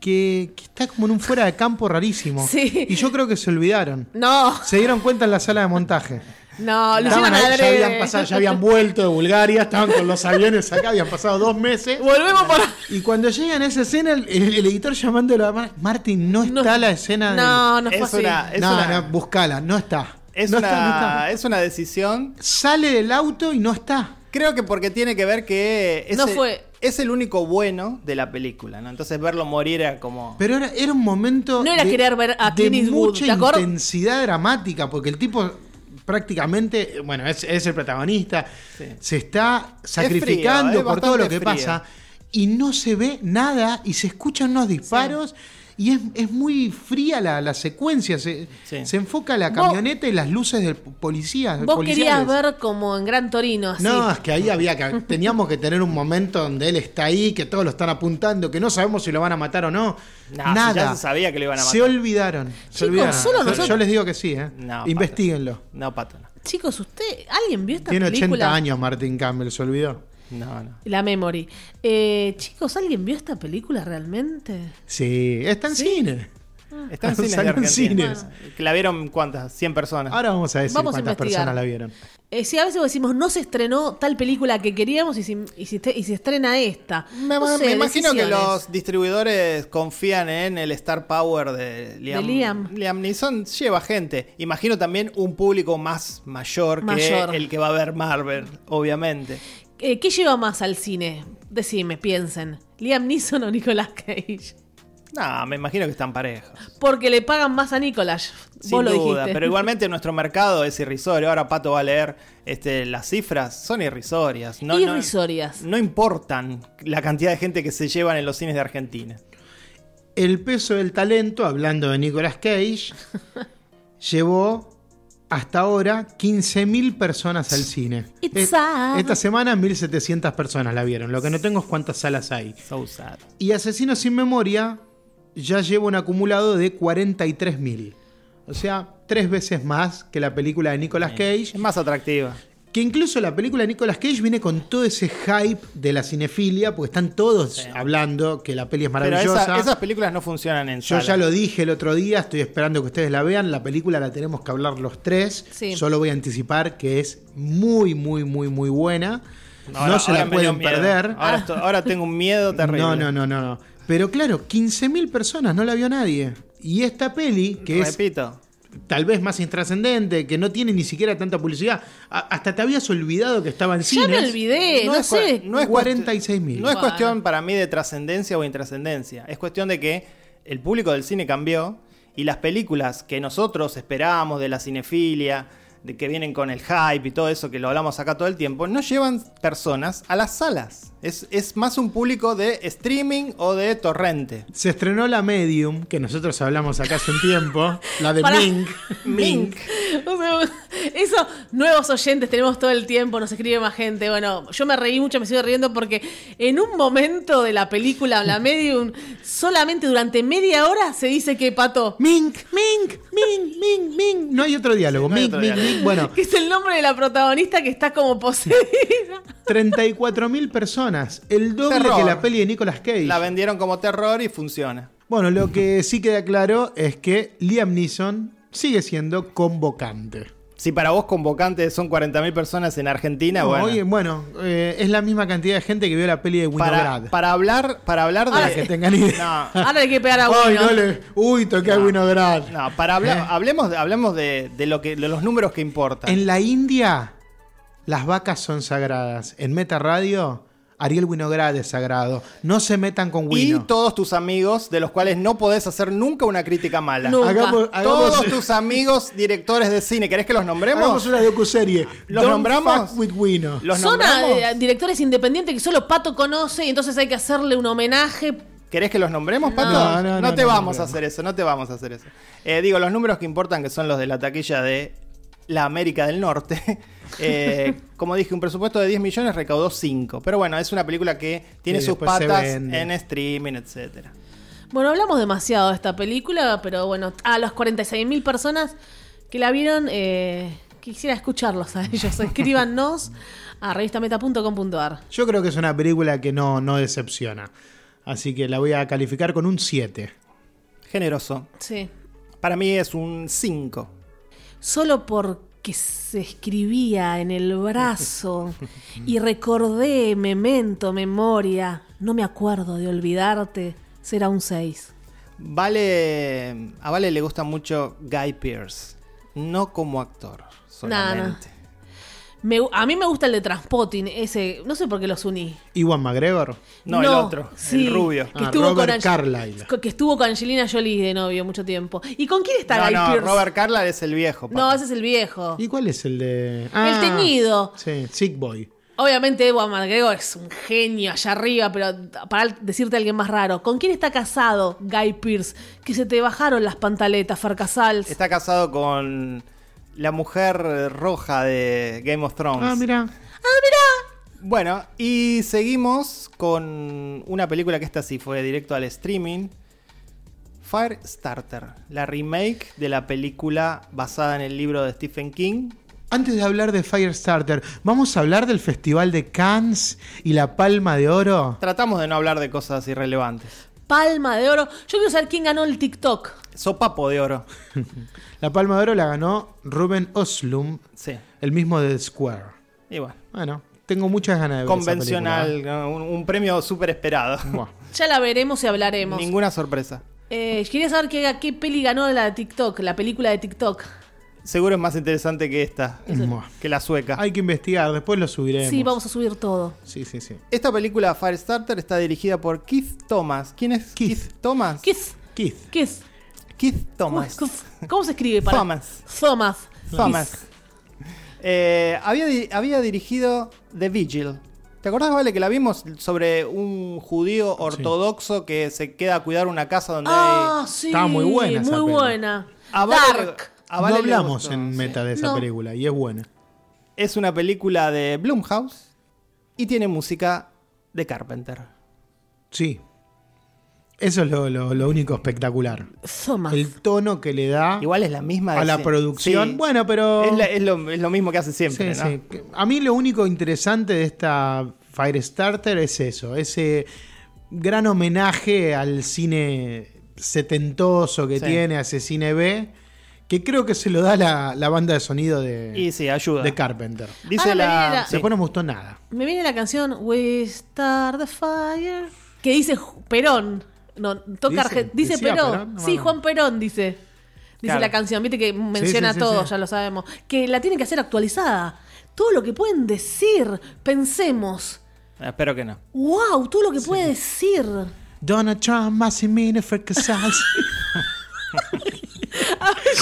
[SPEAKER 2] que, que está como en un fuera de campo rarísimo.
[SPEAKER 4] Sí.
[SPEAKER 2] Y yo creo que se olvidaron.
[SPEAKER 4] No,
[SPEAKER 2] Se dieron cuenta en la sala de montaje.
[SPEAKER 4] No, lo
[SPEAKER 2] Estaban
[SPEAKER 4] hicieron
[SPEAKER 2] ahí, ya,
[SPEAKER 4] adrede.
[SPEAKER 2] habían pasado, ya habían vuelto de Bulgaria, estaban con los aviones acá, habían pasado dos meses.
[SPEAKER 4] Volvemos para.
[SPEAKER 2] Y cuando llegan a esa escena, el, el- el editor llamándolo a Mar- Martin, no está la escena
[SPEAKER 4] No, no fue
[SPEAKER 3] Es
[SPEAKER 4] así.
[SPEAKER 3] una-
[SPEAKER 2] de. No,
[SPEAKER 3] una-
[SPEAKER 2] no, buscala, no está.
[SPEAKER 3] Es,
[SPEAKER 2] No
[SPEAKER 3] una,
[SPEAKER 2] está, no está.
[SPEAKER 3] es una decisión.
[SPEAKER 2] Sale del auto y no está.
[SPEAKER 3] Creo que porque tiene que ver que es,
[SPEAKER 4] No
[SPEAKER 3] el,
[SPEAKER 4] fue.
[SPEAKER 3] es el único bueno de la película, ¿no? Entonces verlo morir era como.
[SPEAKER 2] Pero era, era un momento.
[SPEAKER 4] No era
[SPEAKER 2] de-
[SPEAKER 4] querer ver a
[SPEAKER 2] de
[SPEAKER 4] Clint Eastwood,
[SPEAKER 2] mucha
[SPEAKER 4] ¿te acordás?
[SPEAKER 2] intensidad dramática, porque el tipo prácticamente, bueno, es, es el protagonista,
[SPEAKER 3] Sí.
[SPEAKER 2] se está
[SPEAKER 3] frío,
[SPEAKER 2] sacrificando
[SPEAKER 3] es
[SPEAKER 2] por todo lo que
[SPEAKER 3] bastante frío.
[SPEAKER 2] pasa y no se ve nada y se escuchan unos disparos. Y es, es muy fría la, la secuencia. Se,
[SPEAKER 3] Sí.
[SPEAKER 2] se enfoca la
[SPEAKER 4] Vos-
[SPEAKER 2] camioneta y las luces del policía.
[SPEAKER 4] Vos
[SPEAKER 2] policiales.
[SPEAKER 4] querías ver como en Gran Torino, así.
[SPEAKER 2] No, es que ahí había
[SPEAKER 4] (laughs)
[SPEAKER 2] que. Teníamos que tener un momento donde él está ahí, que todos lo están apuntando, que no sabemos si lo van a matar o no.
[SPEAKER 3] Nah,
[SPEAKER 2] Nada.
[SPEAKER 3] ya se sabía que lo iban a
[SPEAKER 2] Se
[SPEAKER 3] matar.
[SPEAKER 2] olvidaron. se
[SPEAKER 4] Chicos,
[SPEAKER 2] olvidaron.
[SPEAKER 4] solo
[SPEAKER 2] Yo- Yo
[SPEAKER 4] nosotros-
[SPEAKER 2] les digo que sí, ¿eh?
[SPEAKER 3] No, pato.
[SPEAKER 2] Investíguenlo.
[SPEAKER 3] No, pato, no.
[SPEAKER 4] Chicos, ¿usted. ¿Alguien vio esta
[SPEAKER 2] Tiene 80
[SPEAKER 4] película?
[SPEAKER 2] años Martin Campbell, se olvidó.
[SPEAKER 3] No, no.
[SPEAKER 4] La Memory. Eh, chicos, ¿alguien vio esta película realmente?
[SPEAKER 2] Sí, está en cine.
[SPEAKER 3] Está en cines
[SPEAKER 2] (laughs)
[SPEAKER 3] de
[SPEAKER 2] Salió en
[SPEAKER 3] Argentina.
[SPEAKER 2] cines.
[SPEAKER 3] ¿La vieron cuántas? 100 personas.
[SPEAKER 2] Ahora vamos a decir
[SPEAKER 4] Vamos a
[SPEAKER 2] cuántas
[SPEAKER 4] investigar.
[SPEAKER 2] personas la vieron.
[SPEAKER 4] Eh, sí, a veces decimos, no se estrenó tal película que queríamos y se, y se, y se estrena esta.
[SPEAKER 3] Me,
[SPEAKER 4] No sé,
[SPEAKER 3] me imagino que
[SPEAKER 4] decisiones.
[SPEAKER 3] los distribuidores confían en el star power de Liam,
[SPEAKER 4] De Liam.
[SPEAKER 3] Neeson. Lleva gente. Imagino también un público más mayor,
[SPEAKER 4] Mayor.
[SPEAKER 3] que el que va a ver Marvel, obviamente.
[SPEAKER 4] Eh, ¿Qué lleva más al cine? Decime, piensen. ¿Liam Neeson o Nicolas Cage?
[SPEAKER 3] No, me imagino que están parejos.
[SPEAKER 4] Porque le pagan más a Nicolas. Vos
[SPEAKER 3] Sin
[SPEAKER 4] lo
[SPEAKER 3] duda,
[SPEAKER 4] dijiste.
[SPEAKER 3] pero igualmente nuestro mercado es irrisorio. Ahora Pato va a leer este, las cifras, son irrisorias. No, no-
[SPEAKER 4] Irrisorias.
[SPEAKER 3] No, importan la cantidad de gente que se llevan en los cines de Argentina.
[SPEAKER 2] El peso del talento, hablando de Nicolas
[SPEAKER 3] (laughs)
[SPEAKER 2] Cage, llevó hasta ahora 15.000 personas al cine.
[SPEAKER 4] It's
[SPEAKER 2] Eh,
[SPEAKER 4] a-
[SPEAKER 2] Esta semana 1.700 personas la vieron. Lo que no tengo es cuántas salas hay.
[SPEAKER 3] So sad.
[SPEAKER 2] Y Asesino sin Memoria ya lleva un acumulado de 43.000. O sea, tres veces más que la película de Nicolas Cage.
[SPEAKER 3] Es más atractiva.
[SPEAKER 2] Que incluso la película de Nicolas Cage viene con todo ese hype de la cinefilia, porque están todos hablando que la peli es
[SPEAKER 3] Pero
[SPEAKER 2] maravillosa.
[SPEAKER 3] esa- esas películas no funcionan en
[SPEAKER 2] Yo
[SPEAKER 3] sala.
[SPEAKER 2] ya lo dije el otro día, estoy esperando que ustedes la vean. La película la tenemos que hablar los tres.
[SPEAKER 4] Sí.
[SPEAKER 2] Solo voy a anticipar que es muy, muy, muy, muy buena.
[SPEAKER 3] Ahora-
[SPEAKER 2] no se
[SPEAKER 3] ahora
[SPEAKER 2] la
[SPEAKER 3] me dio
[SPEAKER 2] pueden
[SPEAKER 3] miedo.
[SPEAKER 2] perder.
[SPEAKER 3] Ahora, esto- ahora tengo un miedo terrible.
[SPEAKER 2] No, no, no, no, no. Pero claro, 15.000 personas, no la vio nadie. Y esta peli, que es
[SPEAKER 3] Repito.
[SPEAKER 2] tal vez más intrascendente, que no tiene ni siquiera tanta publicidad, a- hasta te habías olvidado que estaba en
[SPEAKER 4] Ya
[SPEAKER 2] cines.
[SPEAKER 4] me olvidé, no,
[SPEAKER 3] es cua-
[SPEAKER 4] sé.
[SPEAKER 3] no es cuestión-
[SPEAKER 2] 46.000.
[SPEAKER 3] No es
[SPEAKER 4] Bueno.
[SPEAKER 3] cuestión para mí de trascendencia o intrascendencia. Es cuestión de que el público del cine cambió y las películas que nosotros esperábamos de la cinefilia, de que vienen con el hype y todo eso que lo hablamos acá todo el tiempo, no llevan personas a las salas. Es, es más un público de streaming o de torrente.
[SPEAKER 2] Se estrenó la Medium, que nosotros hablamos acá hace un tiempo, la de
[SPEAKER 4] Pará.
[SPEAKER 2] Mink.
[SPEAKER 3] Mink.
[SPEAKER 4] (laughs) O sea, Eso, nuevos oyentes tenemos todo el tiempo, nos escribe más gente. Bueno, yo me reí mucho, me sigo riendo porque en un momento de la película, la medium, solamente durante media hora se dice que pato,
[SPEAKER 2] Mink, Mink, Mink, Mink, Mink. No hay otro diálogo.
[SPEAKER 3] no hay
[SPEAKER 2] mink,
[SPEAKER 3] otro
[SPEAKER 2] Mink,
[SPEAKER 3] diálogo.
[SPEAKER 2] Mink. Bueno,
[SPEAKER 4] (laughs) que es el nombre de la protagonista que está como poseída.
[SPEAKER 2] 34.000 personas. El doble
[SPEAKER 3] Terror.
[SPEAKER 2] que la peli de Nicolas Cage.
[SPEAKER 3] La vendieron como terror y funciona.
[SPEAKER 2] Bueno, lo que sí queda claro es que Liam Neeson sigue siendo convocante.
[SPEAKER 3] Si para vos convocantes son 40.000 personas en Argentina,
[SPEAKER 2] No,
[SPEAKER 3] bueno.
[SPEAKER 2] oye, bueno, eh, es la misma cantidad de gente que vio la peli de
[SPEAKER 3] para,
[SPEAKER 2] Winograd.
[SPEAKER 3] para hablar, para hablar de
[SPEAKER 4] Ahora
[SPEAKER 3] la
[SPEAKER 2] que tengan idea.
[SPEAKER 3] No,
[SPEAKER 4] Ahora hay que pegar a
[SPEAKER 2] Ay,
[SPEAKER 4] uno.
[SPEAKER 2] no le- Uy, toqué a
[SPEAKER 3] No.
[SPEAKER 2] Winograd.
[SPEAKER 3] No, para hablar, hablemos, de- hablemos de, de lo que, de los números que importan.
[SPEAKER 2] ¿Eh? En la India, las vacas son sagradas. En Meta Radio, Ariel Winograd es sagrado. No se metan con
[SPEAKER 3] y
[SPEAKER 2] Wino.
[SPEAKER 3] todos tus amigos, de los cuales no podés hacer nunca una crítica mala.
[SPEAKER 4] No.
[SPEAKER 2] Hagamos, hagamos-
[SPEAKER 3] Todos tus amigos directores de cine, ¿querés que los
[SPEAKER 2] hagamos
[SPEAKER 3] nombremos?
[SPEAKER 2] una docuserie.
[SPEAKER 3] ¿Los
[SPEAKER 2] Don't
[SPEAKER 3] nombramos?
[SPEAKER 2] fuck with Wino.
[SPEAKER 3] ¿Los
[SPEAKER 4] Son a-
[SPEAKER 3] nombramos?
[SPEAKER 4] a directores independientes que solo Pato conoce y entonces hay que hacerle un homenaje.
[SPEAKER 3] ¿Querés que los nombremos, Pato?
[SPEAKER 2] No, no, no,
[SPEAKER 3] te
[SPEAKER 2] no,
[SPEAKER 3] vamos
[SPEAKER 2] no.
[SPEAKER 3] a hacer eso, no te vamos a hacer eso. Eh, digo, los números que importan, que son los de la taquilla de la América del Norte. (laughs) eh, como dije, un presupuesto de 10 millones recaudó 5. Pero bueno, es una película que tiene
[SPEAKER 2] Sí,
[SPEAKER 3] sus
[SPEAKER 2] después se
[SPEAKER 3] patas
[SPEAKER 2] vende.
[SPEAKER 3] en streaming, etcétera.
[SPEAKER 4] Bueno, hablamos demasiado de esta película, pero bueno, a las 46.000 personas que la vieron, eh, quisiera escucharlos a
[SPEAKER 3] (laughs)
[SPEAKER 4] ellos. Escríbanos a revistameta.com.ar.
[SPEAKER 2] Yo creo que es una película que no, no decepciona. Así que la voy a calificar con un 7.
[SPEAKER 3] Generoso.
[SPEAKER 4] Sí.
[SPEAKER 3] Para mí es un 5.
[SPEAKER 4] Solo por que se escribía en el brazo
[SPEAKER 3] (laughs)
[SPEAKER 4] y recordé memento, memoria, no me acuerdo de olvidarte, será un 6.
[SPEAKER 3] Vale, a Vale le gusta mucho Guy Pierce, no como actor solamente.
[SPEAKER 4] Me gu- a mí me gusta el de Transpotting, ese, no sé por qué los uní.
[SPEAKER 2] Iwan McGregor.
[SPEAKER 3] No, el otro,
[SPEAKER 4] sí,
[SPEAKER 3] el rubio.
[SPEAKER 4] Que
[SPEAKER 2] Ah,
[SPEAKER 4] estuvo,
[SPEAKER 2] Robert
[SPEAKER 4] con Ange-
[SPEAKER 2] Carlyle.
[SPEAKER 4] co- que estuvo con Angelina Jolie de novio mucho tiempo. ¿Y con quién está
[SPEAKER 3] No,
[SPEAKER 4] Guy
[SPEAKER 3] no,
[SPEAKER 4] Pearce?
[SPEAKER 3] Robert Carlyle es el viejo.
[SPEAKER 4] no,
[SPEAKER 3] papá.
[SPEAKER 4] ese es el viejo.
[SPEAKER 2] ¿Y cuál es el de.? Ah,
[SPEAKER 4] teñido.
[SPEAKER 2] Sí, Sick Boy.
[SPEAKER 4] Obviamente Ewan McGregor es un genio allá arriba, pero para decirte a alguien más raro, ¿con quién está casado Guy Pierce? Que se te bajaron las pantaletas, Farcasals.
[SPEAKER 3] Está casado con la mujer roja de Game of Thrones.
[SPEAKER 2] Ah, mira.
[SPEAKER 3] Bueno, y seguimos con una película que esta sí fue directo al streaming. Firestarter, la remake de la película basada en el libro de Stephen King.
[SPEAKER 2] Antes de hablar de Firestarter, ¿vamos a hablar del Festival de Cannes y la Palma de Oro?
[SPEAKER 3] Tratamos de no hablar de cosas irrelevantes.
[SPEAKER 4] Palma de oro. Yo quiero saber quién ganó el TikTok.
[SPEAKER 3] Sopapo de oro.
[SPEAKER 2] La Palma de Oro la ganó Ruben Oslum,
[SPEAKER 3] Sí.
[SPEAKER 2] el mismo de Square.
[SPEAKER 3] Y bueno,
[SPEAKER 2] Bueno, tengo muchas ganas de ver. esa
[SPEAKER 3] convencional,
[SPEAKER 2] película,
[SPEAKER 3] ¿no? un, un premio súper esperado.
[SPEAKER 2] ¿eh? Buah.
[SPEAKER 4] Ya la veremos y hablaremos.
[SPEAKER 3] Ninguna sorpresa.
[SPEAKER 4] Eh, quería saber qué, qué peli ganó la de TikTok, la película de TikTok.
[SPEAKER 3] Seguro es más interesante que esta,
[SPEAKER 2] Buah.
[SPEAKER 3] que la sueca.
[SPEAKER 2] (laughs) Hay que investigar, después lo subiremos.
[SPEAKER 4] Sí, vamos a subir todo.
[SPEAKER 2] Sí, sí, sí.
[SPEAKER 3] Esta película Firestarter está dirigida por Keith Thomas. ¿Quién es Keith,
[SPEAKER 2] Keith.
[SPEAKER 3] Thomas?
[SPEAKER 4] ¿Qué es?
[SPEAKER 2] Keith.
[SPEAKER 4] ¿Qué es?
[SPEAKER 3] Keith
[SPEAKER 4] ¿Cómo,
[SPEAKER 3] Thomas.
[SPEAKER 4] cómo se escribe? Para...
[SPEAKER 3] Thomas.
[SPEAKER 4] Thomas.
[SPEAKER 3] Thomas. Eh, había, di- había dirigido The Vigil. ¿Te acordás, Vale, que la vimos sobre un judío ortodoxo que se queda a cuidar una casa donde
[SPEAKER 4] Ah, sí.
[SPEAKER 2] Está muy buena esa
[SPEAKER 4] Muy
[SPEAKER 2] peli.
[SPEAKER 4] buena.
[SPEAKER 3] hay... A Vale le-
[SPEAKER 4] Dark.
[SPEAKER 3] a Vale
[SPEAKER 2] no
[SPEAKER 3] le
[SPEAKER 2] hablamos
[SPEAKER 3] gustó,
[SPEAKER 2] en
[SPEAKER 3] sí.
[SPEAKER 2] meta de esa
[SPEAKER 4] No.
[SPEAKER 2] película y es buena.
[SPEAKER 3] Es una película de Blumhouse y tiene música de Carpenter.
[SPEAKER 2] Ah. Sí. Eso es lo, lo- lo único espectacular.
[SPEAKER 4] Thomas.
[SPEAKER 2] El tono que le da
[SPEAKER 3] Igual es la misma de
[SPEAKER 2] a la
[SPEAKER 3] sie-
[SPEAKER 2] producción.
[SPEAKER 3] Sí.
[SPEAKER 2] Bueno, pero.
[SPEAKER 3] Es, la- es lo, es lo mismo que hace
[SPEAKER 2] Sí,
[SPEAKER 3] siempre, ¿no?
[SPEAKER 2] sí. A mí lo único interesante de esta Firestarter es eso, ese gran homenaje al cine setentoso que
[SPEAKER 3] Sí.
[SPEAKER 2] tiene, a ese cine B, que creo que se lo da la, la banda de sonido
[SPEAKER 3] Y
[SPEAKER 2] de,
[SPEAKER 3] sí, ayuda.
[SPEAKER 2] de Carpenter.
[SPEAKER 3] Dice
[SPEAKER 4] Ah, la
[SPEAKER 3] la.
[SPEAKER 4] manera.
[SPEAKER 3] sí.
[SPEAKER 2] Después no me gustó nada.
[SPEAKER 4] Me viene la canción We Start the Fire. Que dice Ju- Perón. No,
[SPEAKER 2] ¿Dice?
[SPEAKER 4] toca Arge- dice
[SPEAKER 2] ¿Decía
[SPEAKER 4] Perón.
[SPEAKER 2] Perón? No me
[SPEAKER 4] sí,
[SPEAKER 2] acuerdo.
[SPEAKER 4] Juan Perón dice. Dice
[SPEAKER 3] Claro.
[SPEAKER 4] la canción, viste que menciona
[SPEAKER 2] sí, sí,
[SPEAKER 4] todo,
[SPEAKER 2] sí.
[SPEAKER 4] ya lo sabemos. Que la tienen que hacer actualizada. Todo lo que pueden decir, pensemos.
[SPEAKER 3] Espero (laughs) que no.
[SPEAKER 4] ¡Wow! Todo lo que puede decir.
[SPEAKER 2] Donald Trump, Massimino, (laughs) Fracasas.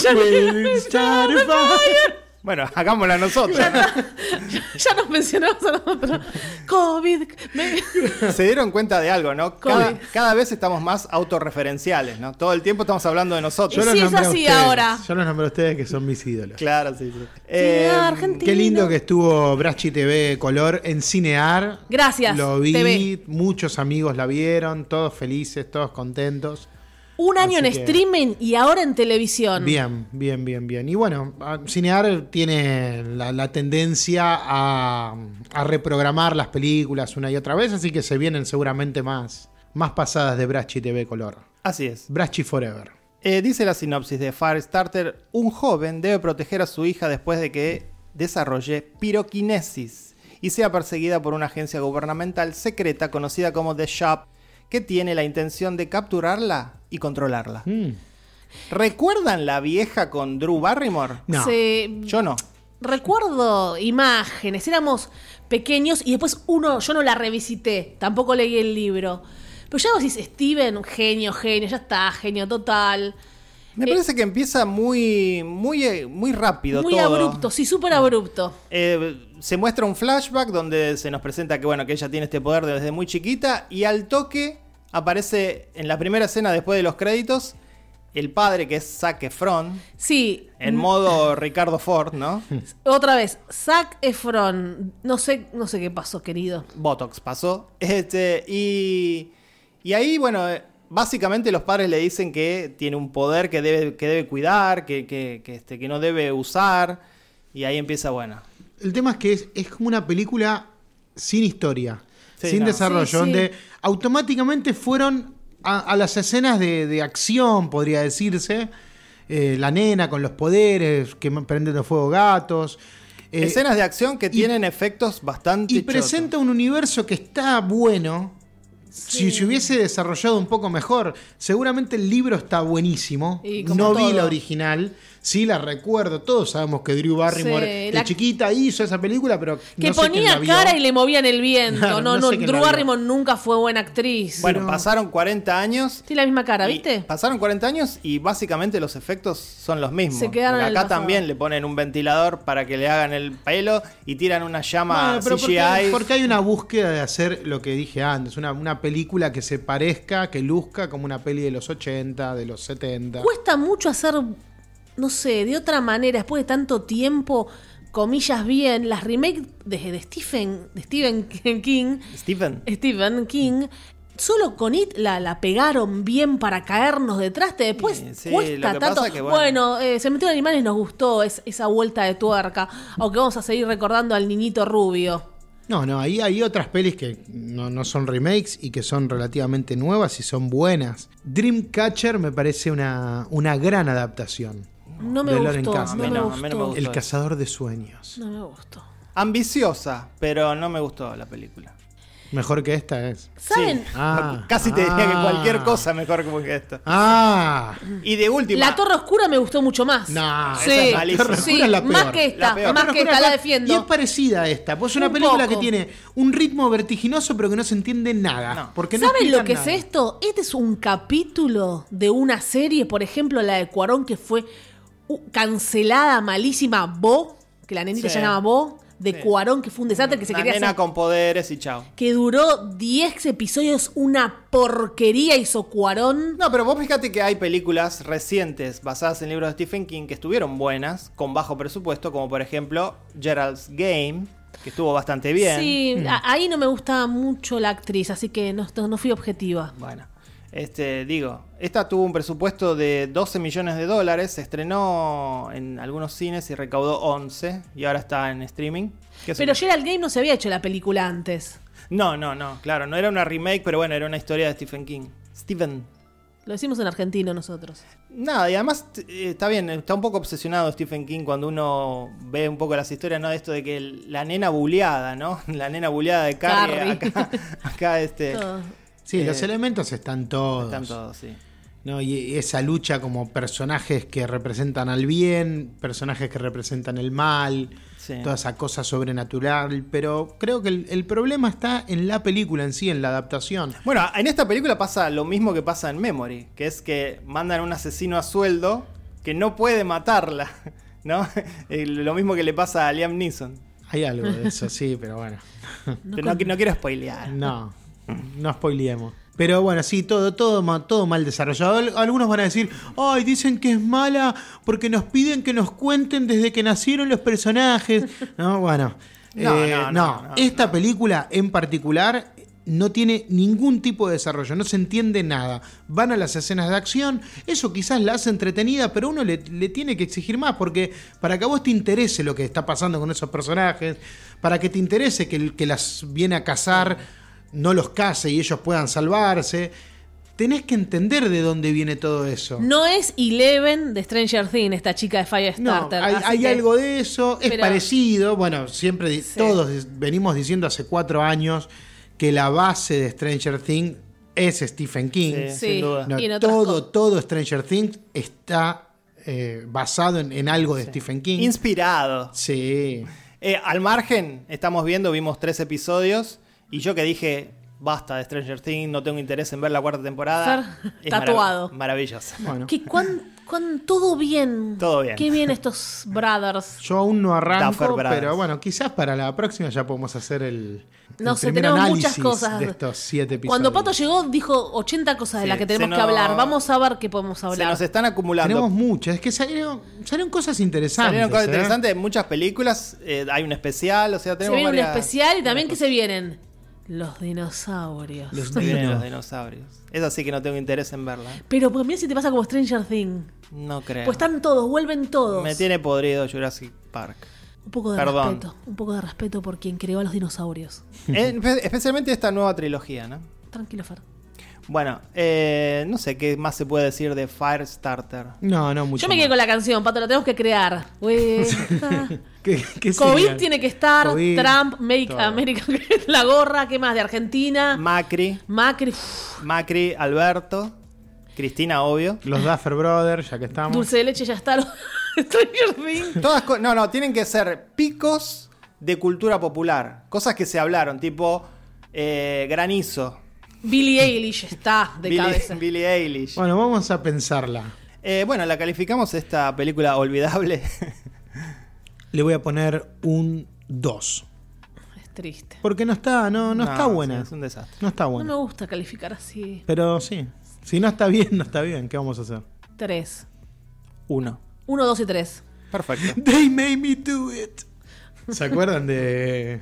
[SPEAKER 4] ya,
[SPEAKER 2] Will start a fire.
[SPEAKER 3] Bueno, hagámosla nosotros.
[SPEAKER 4] (laughs) ya nos mencionamos a nosotros. COVID. me-
[SPEAKER 3] Se dieron cuenta de algo, ¿no? Cada,
[SPEAKER 4] Covid.
[SPEAKER 3] cada vez estamos más autorreferenciales, ¿no? Todo el tiempo estamos hablando de
[SPEAKER 4] Y
[SPEAKER 3] nosotros.
[SPEAKER 4] sí,
[SPEAKER 2] los
[SPEAKER 4] es
[SPEAKER 2] nombré a
[SPEAKER 4] así
[SPEAKER 2] ustedes.
[SPEAKER 4] ahora.
[SPEAKER 2] Yo los nombré a ustedes que son mis ídolos.
[SPEAKER 3] Claro, sí, sí.
[SPEAKER 4] Sí,
[SPEAKER 3] Eh,
[SPEAKER 4] Argentina.
[SPEAKER 2] Qué lindo que estuvo Brachi TV Color en Cinear.
[SPEAKER 4] Gracias,
[SPEAKER 2] Lo vi,
[SPEAKER 4] TV.
[SPEAKER 2] muchos amigos la vieron, todos felices, todos contentos.
[SPEAKER 4] Un año
[SPEAKER 2] Así
[SPEAKER 4] en
[SPEAKER 2] que-
[SPEAKER 4] streaming y ahora en televisión.
[SPEAKER 2] Bien, bien, bien, bien. Y bueno, a- Cinear tiene la, la tendencia a, a reprogramar las películas una y otra vez, así que se vienen seguramente más, más pasadas de Brachi TV Color.
[SPEAKER 3] Así es.
[SPEAKER 2] Brachi Forever.
[SPEAKER 3] Eh, dice la sinopsis de Firestarter, un joven debe proteger a su hija después de que desarrolle piroquinesis y sea perseguida por una agencia gubernamental secreta conocida como The Shop, que tiene la intención de capturarla y controlarla.
[SPEAKER 2] Mm.
[SPEAKER 3] ¿Recuerdan la vieja con Drew Barrymore?
[SPEAKER 2] No.
[SPEAKER 4] Se-
[SPEAKER 3] Yo no.
[SPEAKER 4] Recuerdo imágenes, éramos pequeños y después uno, yo no la revisité, tampoco leí el libro. Pero ya vos decís, Steven, un genio, genio, ya está, genio total.
[SPEAKER 3] Me
[SPEAKER 4] Eh,
[SPEAKER 3] parece que empieza muy, muy, eh, muy rápido
[SPEAKER 4] Muy
[SPEAKER 3] todo.
[SPEAKER 4] abrupto, sí, súper abrupto.
[SPEAKER 3] Eh, se muestra un flashback donde se nos presenta que bueno que ella tiene este poder desde muy chiquita y al toque aparece en la primera escena después de los créditos el padre que es Zac Efron
[SPEAKER 4] Sí,
[SPEAKER 2] Eh. Mm.
[SPEAKER 3] en modo Ricardo
[SPEAKER 2] (laughs)
[SPEAKER 3] Ford, ¿no?
[SPEAKER 4] otra vez, Zac Efron, no sé, no sé qué pasó, querido.
[SPEAKER 3] Botox pasó. Este, y, y ahí, bueno, eh, básicamente los padres le dicen que tiene un poder que debe, que debe cuidar, que, que- que, este, que no debe usar. Y ahí empieza, bueno.
[SPEAKER 2] El tema es que es, es como una película sin historia,
[SPEAKER 3] Sí,
[SPEAKER 2] sin
[SPEAKER 3] no.
[SPEAKER 2] desarrollo,
[SPEAKER 4] Sí, sí.
[SPEAKER 2] donde automáticamente fueron a, a las escenas de, de acción, podría decirse, eh, la nena con los poderes, que prenden de fuego gatos. eh,
[SPEAKER 3] Escenas de acción que tienen efectos bastante.
[SPEAKER 2] y
[SPEAKER 3] chotos.
[SPEAKER 2] presenta un universo que está bueno. Si se hubiese desarrollado un poco mejor, seguramente el libro está buenísimo.
[SPEAKER 4] Y como
[SPEAKER 2] No vi
[SPEAKER 4] todo.
[SPEAKER 2] la original, sí la recuerdo. Todos sabemos que Drew Barrymore
[SPEAKER 4] Sí,
[SPEAKER 2] de
[SPEAKER 4] la-
[SPEAKER 2] chiquita hizo esa película, pero
[SPEAKER 4] Que
[SPEAKER 2] no sé quién la
[SPEAKER 4] ponía
[SPEAKER 2] vio.
[SPEAKER 4] cara y le movían el viento.
[SPEAKER 2] Claro,
[SPEAKER 4] no,
[SPEAKER 2] no
[SPEAKER 4] no,
[SPEAKER 2] sé quién la
[SPEAKER 4] Drew
[SPEAKER 2] vio.
[SPEAKER 4] Barrymore nunca fue buena actriz.
[SPEAKER 3] Bueno, pasaron 40 años.
[SPEAKER 4] Tiene la misma cara,
[SPEAKER 3] y-
[SPEAKER 4] ¿viste?
[SPEAKER 3] Pasaron 40 años y básicamente los efectos son los mismos.
[SPEAKER 4] Se quedaron
[SPEAKER 3] Porque
[SPEAKER 4] en el
[SPEAKER 3] acá
[SPEAKER 4] pasado.
[SPEAKER 3] también le ponen un ventilador para que le hagan el pelo y tiran una llama
[SPEAKER 4] Ah,
[SPEAKER 2] Bueno, pero
[SPEAKER 3] CGI.
[SPEAKER 2] porque, porque hay una búsqueda de hacer lo que dije antes, una, una película que se parezca, que luzca como una peli de los 80, de los 70.
[SPEAKER 4] Cuesta mucho hacer, no sé, de otra manera, después de tanto tiempo, comillas bien, las remakes de, de Stephen, de Stephen (laughs) King,
[SPEAKER 3] Stephen.
[SPEAKER 4] Stephen King, solo con It la, la pegaron bien para caernos detrás. te Después
[SPEAKER 3] Sí, sí,
[SPEAKER 4] cuesta
[SPEAKER 3] lo que
[SPEAKER 4] tanto.
[SPEAKER 3] pasa que,
[SPEAKER 4] bueno,
[SPEAKER 3] bueno.
[SPEAKER 4] eh, Cementerio de Animales nos gustó es- esa vuelta de tuerca, aunque vamos a seguir recordando al niñito rubio.
[SPEAKER 2] No, no, ahí hay otras pelis que no, no son remakes y que son relativamente nuevas y son buenas. Dreamcatcher me parece una, una gran adaptación.
[SPEAKER 4] No me
[SPEAKER 2] De Lauren
[SPEAKER 4] gustó.
[SPEAKER 2] Cam. A mí
[SPEAKER 4] No me
[SPEAKER 2] no,
[SPEAKER 3] a mí no me
[SPEAKER 4] gustó.
[SPEAKER 3] gustó.
[SPEAKER 2] El cazador de sueños.
[SPEAKER 4] No me gustó.
[SPEAKER 3] Ambiciosa, pero no me gustó la película.
[SPEAKER 2] Mejor que esta es.
[SPEAKER 4] ¿Saben?
[SPEAKER 3] Sí.
[SPEAKER 2] Ah,
[SPEAKER 3] (laughs) Casi te diría que
[SPEAKER 2] ah.
[SPEAKER 3] cualquier cosa mejor como que esto.
[SPEAKER 2] Ah,
[SPEAKER 3] Y de última.
[SPEAKER 4] La Torre Oscura me gustó mucho más.
[SPEAKER 2] No,
[SPEAKER 4] sí,
[SPEAKER 3] esa es malísima.
[SPEAKER 2] La Torre
[SPEAKER 4] sí,
[SPEAKER 2] Oscura es la
[SPEAKER 4] más
[SPEAKER 2] peor.
[SPEAKER 4] que esta,
[SPEAKER 3] La peor.
[SPEAKER 4] más
[SPEAKER 2] Pero
[SPEAKER 4] que
[SPEAKER 2] juro
[SPEAKER 4] esta, la
[SPEAKER 2] acá- Y es
[SPEAKER 4] defiendo.
[SPEAKER 2] parecida a esta, pues es una
[SPEAKER 4] Un
[SPEAKER 2] película
[SPEAKER 4] poco.
[SPEAKER 2] que tiene un ritmo vertiginoso pero que no se entiende nada.
[SPEAKER 3] No.
[SPEAKER 2] Porque no
[SPEAKER 4] ¿Saben lo
[SPEAKER 2] explican
[SPEAKER 4] que
[SPEAKER 2] nada.
[SPEAKER 4] es esto? Este es un capítulo de una serie, por ejemplo, la de Cuarón, que fue uh, cancelada, malísima, Bo, que la nenita
[SPEAKER 3] Sí.
[SPEAKER 4] se llama Bo, de
[SPEAKER 3] Sí.
[SPEAKER 4] Cuarón, que fue un desastre, que se
[SPEAKER 3] una
[SPEAKER 4] quería
[SPEAKER 3] nena
[SPEAKER 4] hacer-
[SPEAKER 3] con poderes y chao.
[SPEAKER 4] Que duró 10 episodios, una porquería hizo Cuarón.
[SPEAKER 3] No, pero vos fíjate que hay películas recientes basadas en libros de Stephen King que estuvieron buenas, con bajo presupuesto, como por ejemplo Gerald's Game, que estuvo bastante bien. Mm.
[SPEAKER 4] Sí, a- ahí no me gustaba mucho la actriz, así que no, no fui objetiva.
[SPEAKER 3] Bueno, este, digo, esta tuvo un presupuesto de 12 millones de dólares, se estrenó en algunos cines y recaudó 11, y ahora está en streaming. ¿Qué sé
[SPEAKER 4] Pero
[SPEAKER 3] yo?
[SPEAKER 4] Gerald Game no se había hecho la película antes.
[SPEAKER 3] No, no, no, claro, no era una remake, pero bueno, era una historia de Stephen King. Stephen.
[SPEAKER 4] Lo decimos en argentino nosotros.
[SPEAKER 3] Nada, y además t- eh, está bien, está un poco obsesionado Stephen King cuando uno ve un poco las historias, ¿no? De esto de que el- la nena buleada, ¿no? (laughs) La nena buleada de Carrie,
[SPEAKER 4] Carrie. (laughs)
[SPEAKER 3] acá, acá este,
[SPEAKER 4] Todo.
[SPEAKER 2] Sí, los
[SPEAKER 3] Eh,
[SPEAKER 2] elementos están todos.
[SPEAKER 3] están todos, sí.
[SPEAKER 2] ¿no? Y esa lucha como personajes que representan al bien, personajes que representan el mal,
[SPEAKER 3] Sí.
[SPEAKER 2] toda esa cosa sobrenatural. Pero creo que el, el problema está en la película en sí, en la adaptación.
[SPEAKER 3] Bueno, en esta película pasa lo mismo que pasa en Memory, que es que mandan a un asesino a sueldo que no puede matarla, (laughs) ¿no? Eh, lo mismo que le pasa a Liam Neeson.
[SPEAKER 2] Hay algo de eso,
[SPEAKER 3] (laughs)
[SPEAKER 2] sí, pero bueno.
[SPEAKER 4] No
[SPEAKER 3] Que No, no quiero spoilear.
[SPEAKER 2] No, no spoileemos. Pero bueno, sí, todo, todo, ma- todo mal desarrollado. Al- Algunos van a decir, ay, dicen que es mala porque nos piden que nos cuenten desde que nacieron los personajes. No, bueno.
[SPEAKER 3] No,
[SPEAKER 2] eh,
[SPEAKER 3] no, no,
[SPEAKER 2] no.
[SPEAKER 3] no,
[SPEAKER 2] esta película en particular no tiene ningún tipo de desarrollo, no se entiende nada. Van a las escenas de acción, eso quizás la hace entretenida, pero uno le, le tiene que exigir más, porque para que a vos te interese lo que está pasando con esos personajes, para que te interese que el que las viene a cazar no los case y ellos puedan salvarse, tenés que entender de dónde viene todo eso.
[SPEAKER 4] No es Eleven de Stranger Things, esta chica de
[SPEAKER 2] No,
[SPEAKER 4] Firestarter.
[SPEAKER 2] hay,
[SPEAKER 4] así
[SPEAKER 2] hay
[SPEAKER 4] que-
[SPEAKER 2] algo de eso, es
[SPEAKER 4] Pero-
[SPEAKER 2] parecido, bueno, siempre di-
[SPEAKER 4] Sí.
[SPEAKER 2] todos dis- venimos diciendo hace cuatro años que la base de Stranger Things es Stephen King.
[SPEAKER 3] Sí,
[SPEAKER 4] Sí,
[SPEAKER 3] sin duda.
[SPEAKER 2] No,
[SPEAKER 4] y en otras
[SPEAKER 2] todo,
[SPEAKER 4] cosas.
[SPEAKER 2] todo Stranger Things está eh, basado en, en algo de Stephen King.
[SPEAKER 3] Inspirado.
[SPEAKER 2] sí.
[SPEAKER 3] Eh, al margen, estamos viendo, vimos tres episodios y yo que dije, basta de Stranger Things, no tengo interés en ver la cuarta temporada.
[SPEAKER 4] Fer,
[SPEAKER 3] es
[SPEAKER 4] tatuado.
[SPEAKER 3] marav-
[SPEAKER 4] (laughs)
[SPEAKER 3] maravilloso.
[SPEAKER 2] Bueno,
[SPEAKER 4] Que cuán, cuán- todo bien.
[SPEAKER 3] Todo bien.
[SPEAKER 4] Qué bien estos brothers.
[SPEAKER 2] yo aún no
[SPEAKER 3] Duffer
[SPEAKER 2] arranco,
[SPEAKER 3] Brothers.
[SPEAKER 2] pero bueno, quizás para la próxima ya podemos hacer el, el
[SPEAKER 4] No sé,
[SPEAKER 2] primer
[SPEAKER 4] tenemos
[SPEAKER 2] análisis
[SPEAKER 4] muchas cosas.
[SPEAKER 2] de estos siete episodios.
[SPEAKER 4] Cuando Pato llegó dijo 80 cosas de
[SPEAKER 3] Sí,
[SPEAKER 4] las que
[SPEAKER 3] se
[SPEAKER 4] tenemos
[SPEAKER 3] nos-
[SPEAKER 4] que hablar. Vamos a ver qué podemos
[SPEAKER 3] Se
[SPEAKER 4] hablar.
[SPEAKER 3] nos están acumulando.
[SPEAKER 2] Tenemos muchas, es que salieron, salieron cosas interesantes.
[SPEAKER 3] Salieron cosas
[SPEAKER 2] ¿eh?
[SPEAKER 3] interesantes, muchas películas, eh, hay un especial, o sea,
[SPEAKER 4] Se
[SPEAKER 3] tenemos
[SPEAKER 4] viene un
[SPEAKER 3] varias-
[SPEAKER 4] especial y también que se vienen los dinosaurios.
[SPEAKER 2] Los
[SPEAKER 3] Se vienen
[SPEAKER 2] dinos.
[SPEAKER 3] los dinosaurios. Es así que no tengo interés en verla. ¿eh?
[SPEAKER 4] Pero pues mira si te pasa como Stranger Things.
[SPEAKER 3] No creo.
[SPEAKER 4] Pues están todos, vuelven todos.
[SPEAKER 3] Me tiene podrido Jurassic
[SPEAKER 2] (laughs)
[SPEAKER 3] Park.
[SPEAKER 4] Un poco de
[SPEAKER 3] Perdón.
[SPEAKER 4] respeto. Un poco de respeto por quien creó a los dinosaurios.
[SPEAKER 3] Eh, espe- especialmente esta nueva trilogía, ¿no?
[SPEAKER 4] Tranquilo, Fer.
[SPEAKER 3] Bueno, eh, no sé qué más se puede decir de Firestarter.
[SPEAKER 2] No, no, mucho.
[SPEAKER 4] Yo me quedo
[SPEAKER 2] más.
[SPEAKER 4] con la canción, Pato, la tenemos que crear.
[SPEAKER 3] (laughs)
[SPEAKER 4] Güey, ah.
[SPEAKER 2] (laughs) ¿Qué- qué
[SPEAKER 4] COVID
[SPEAKER 2] sería?
[SPEAKER 4] tiene que estar,
[SPEAKER 2] COVID,
[SPEAKER 4] Trump, Make
[SPEAKER 2] todo.
[SPEAKER 4] America, Great, la gorra, ¿qué más? De Argentina,
[SPEAKER 3] Macri,
[SPEAKER 4] Macri, uf,
[SPEAKER 3] Macri, Alberto, Cristina, obvio.
[SPEAKER 2] Los Duffer Brothers, ya que estamos.
[SPEAKER 4] dulce de leche, ya está. lo- (laughs) Stranger Things.
[SPEAKER 3] Todas co- no, no, tienen que ser picos de cultura popular. Cosas que se hablaron, tipo eh, granizo,
[SPEAKER 4] Billie Eilish está de
[SPEAKER 3] Billie, (laughs)
[SPEAKER 4] cabeza.
[SPEAKER 3] Billie Eilish.
[SPEAKER 2] Bueno, vamos a pensarla.
[SPEAKER 3] Eh, bueno, la calificamos esta película olvidable.
[SPEAKER 2] Le voy a poner un 2.
[SPEAKER 4] Es triste.
[SPEAKER 2] Porque no está, no, no, está buena.
[SPEAKER 3] sí, es un desastre.
[SPEAKER 2] No está
[SPEAKER 4] No
[SPEAKER 2] buena.
[SPEAKER 4] me gusta calificar así.
[SPEAKER 2] Pero sí. Si no está bien, no está bien. ¿Qué vamos a hacer?
[SPEAKER 4] Tres.
[SPEAKER 3] Uno.
[SPEAKER 4] Uno, dos y tres.
[SPEAKER 3] Perfecto.
[SPEAKER 2] They made me do it. ¿Se acuerdan de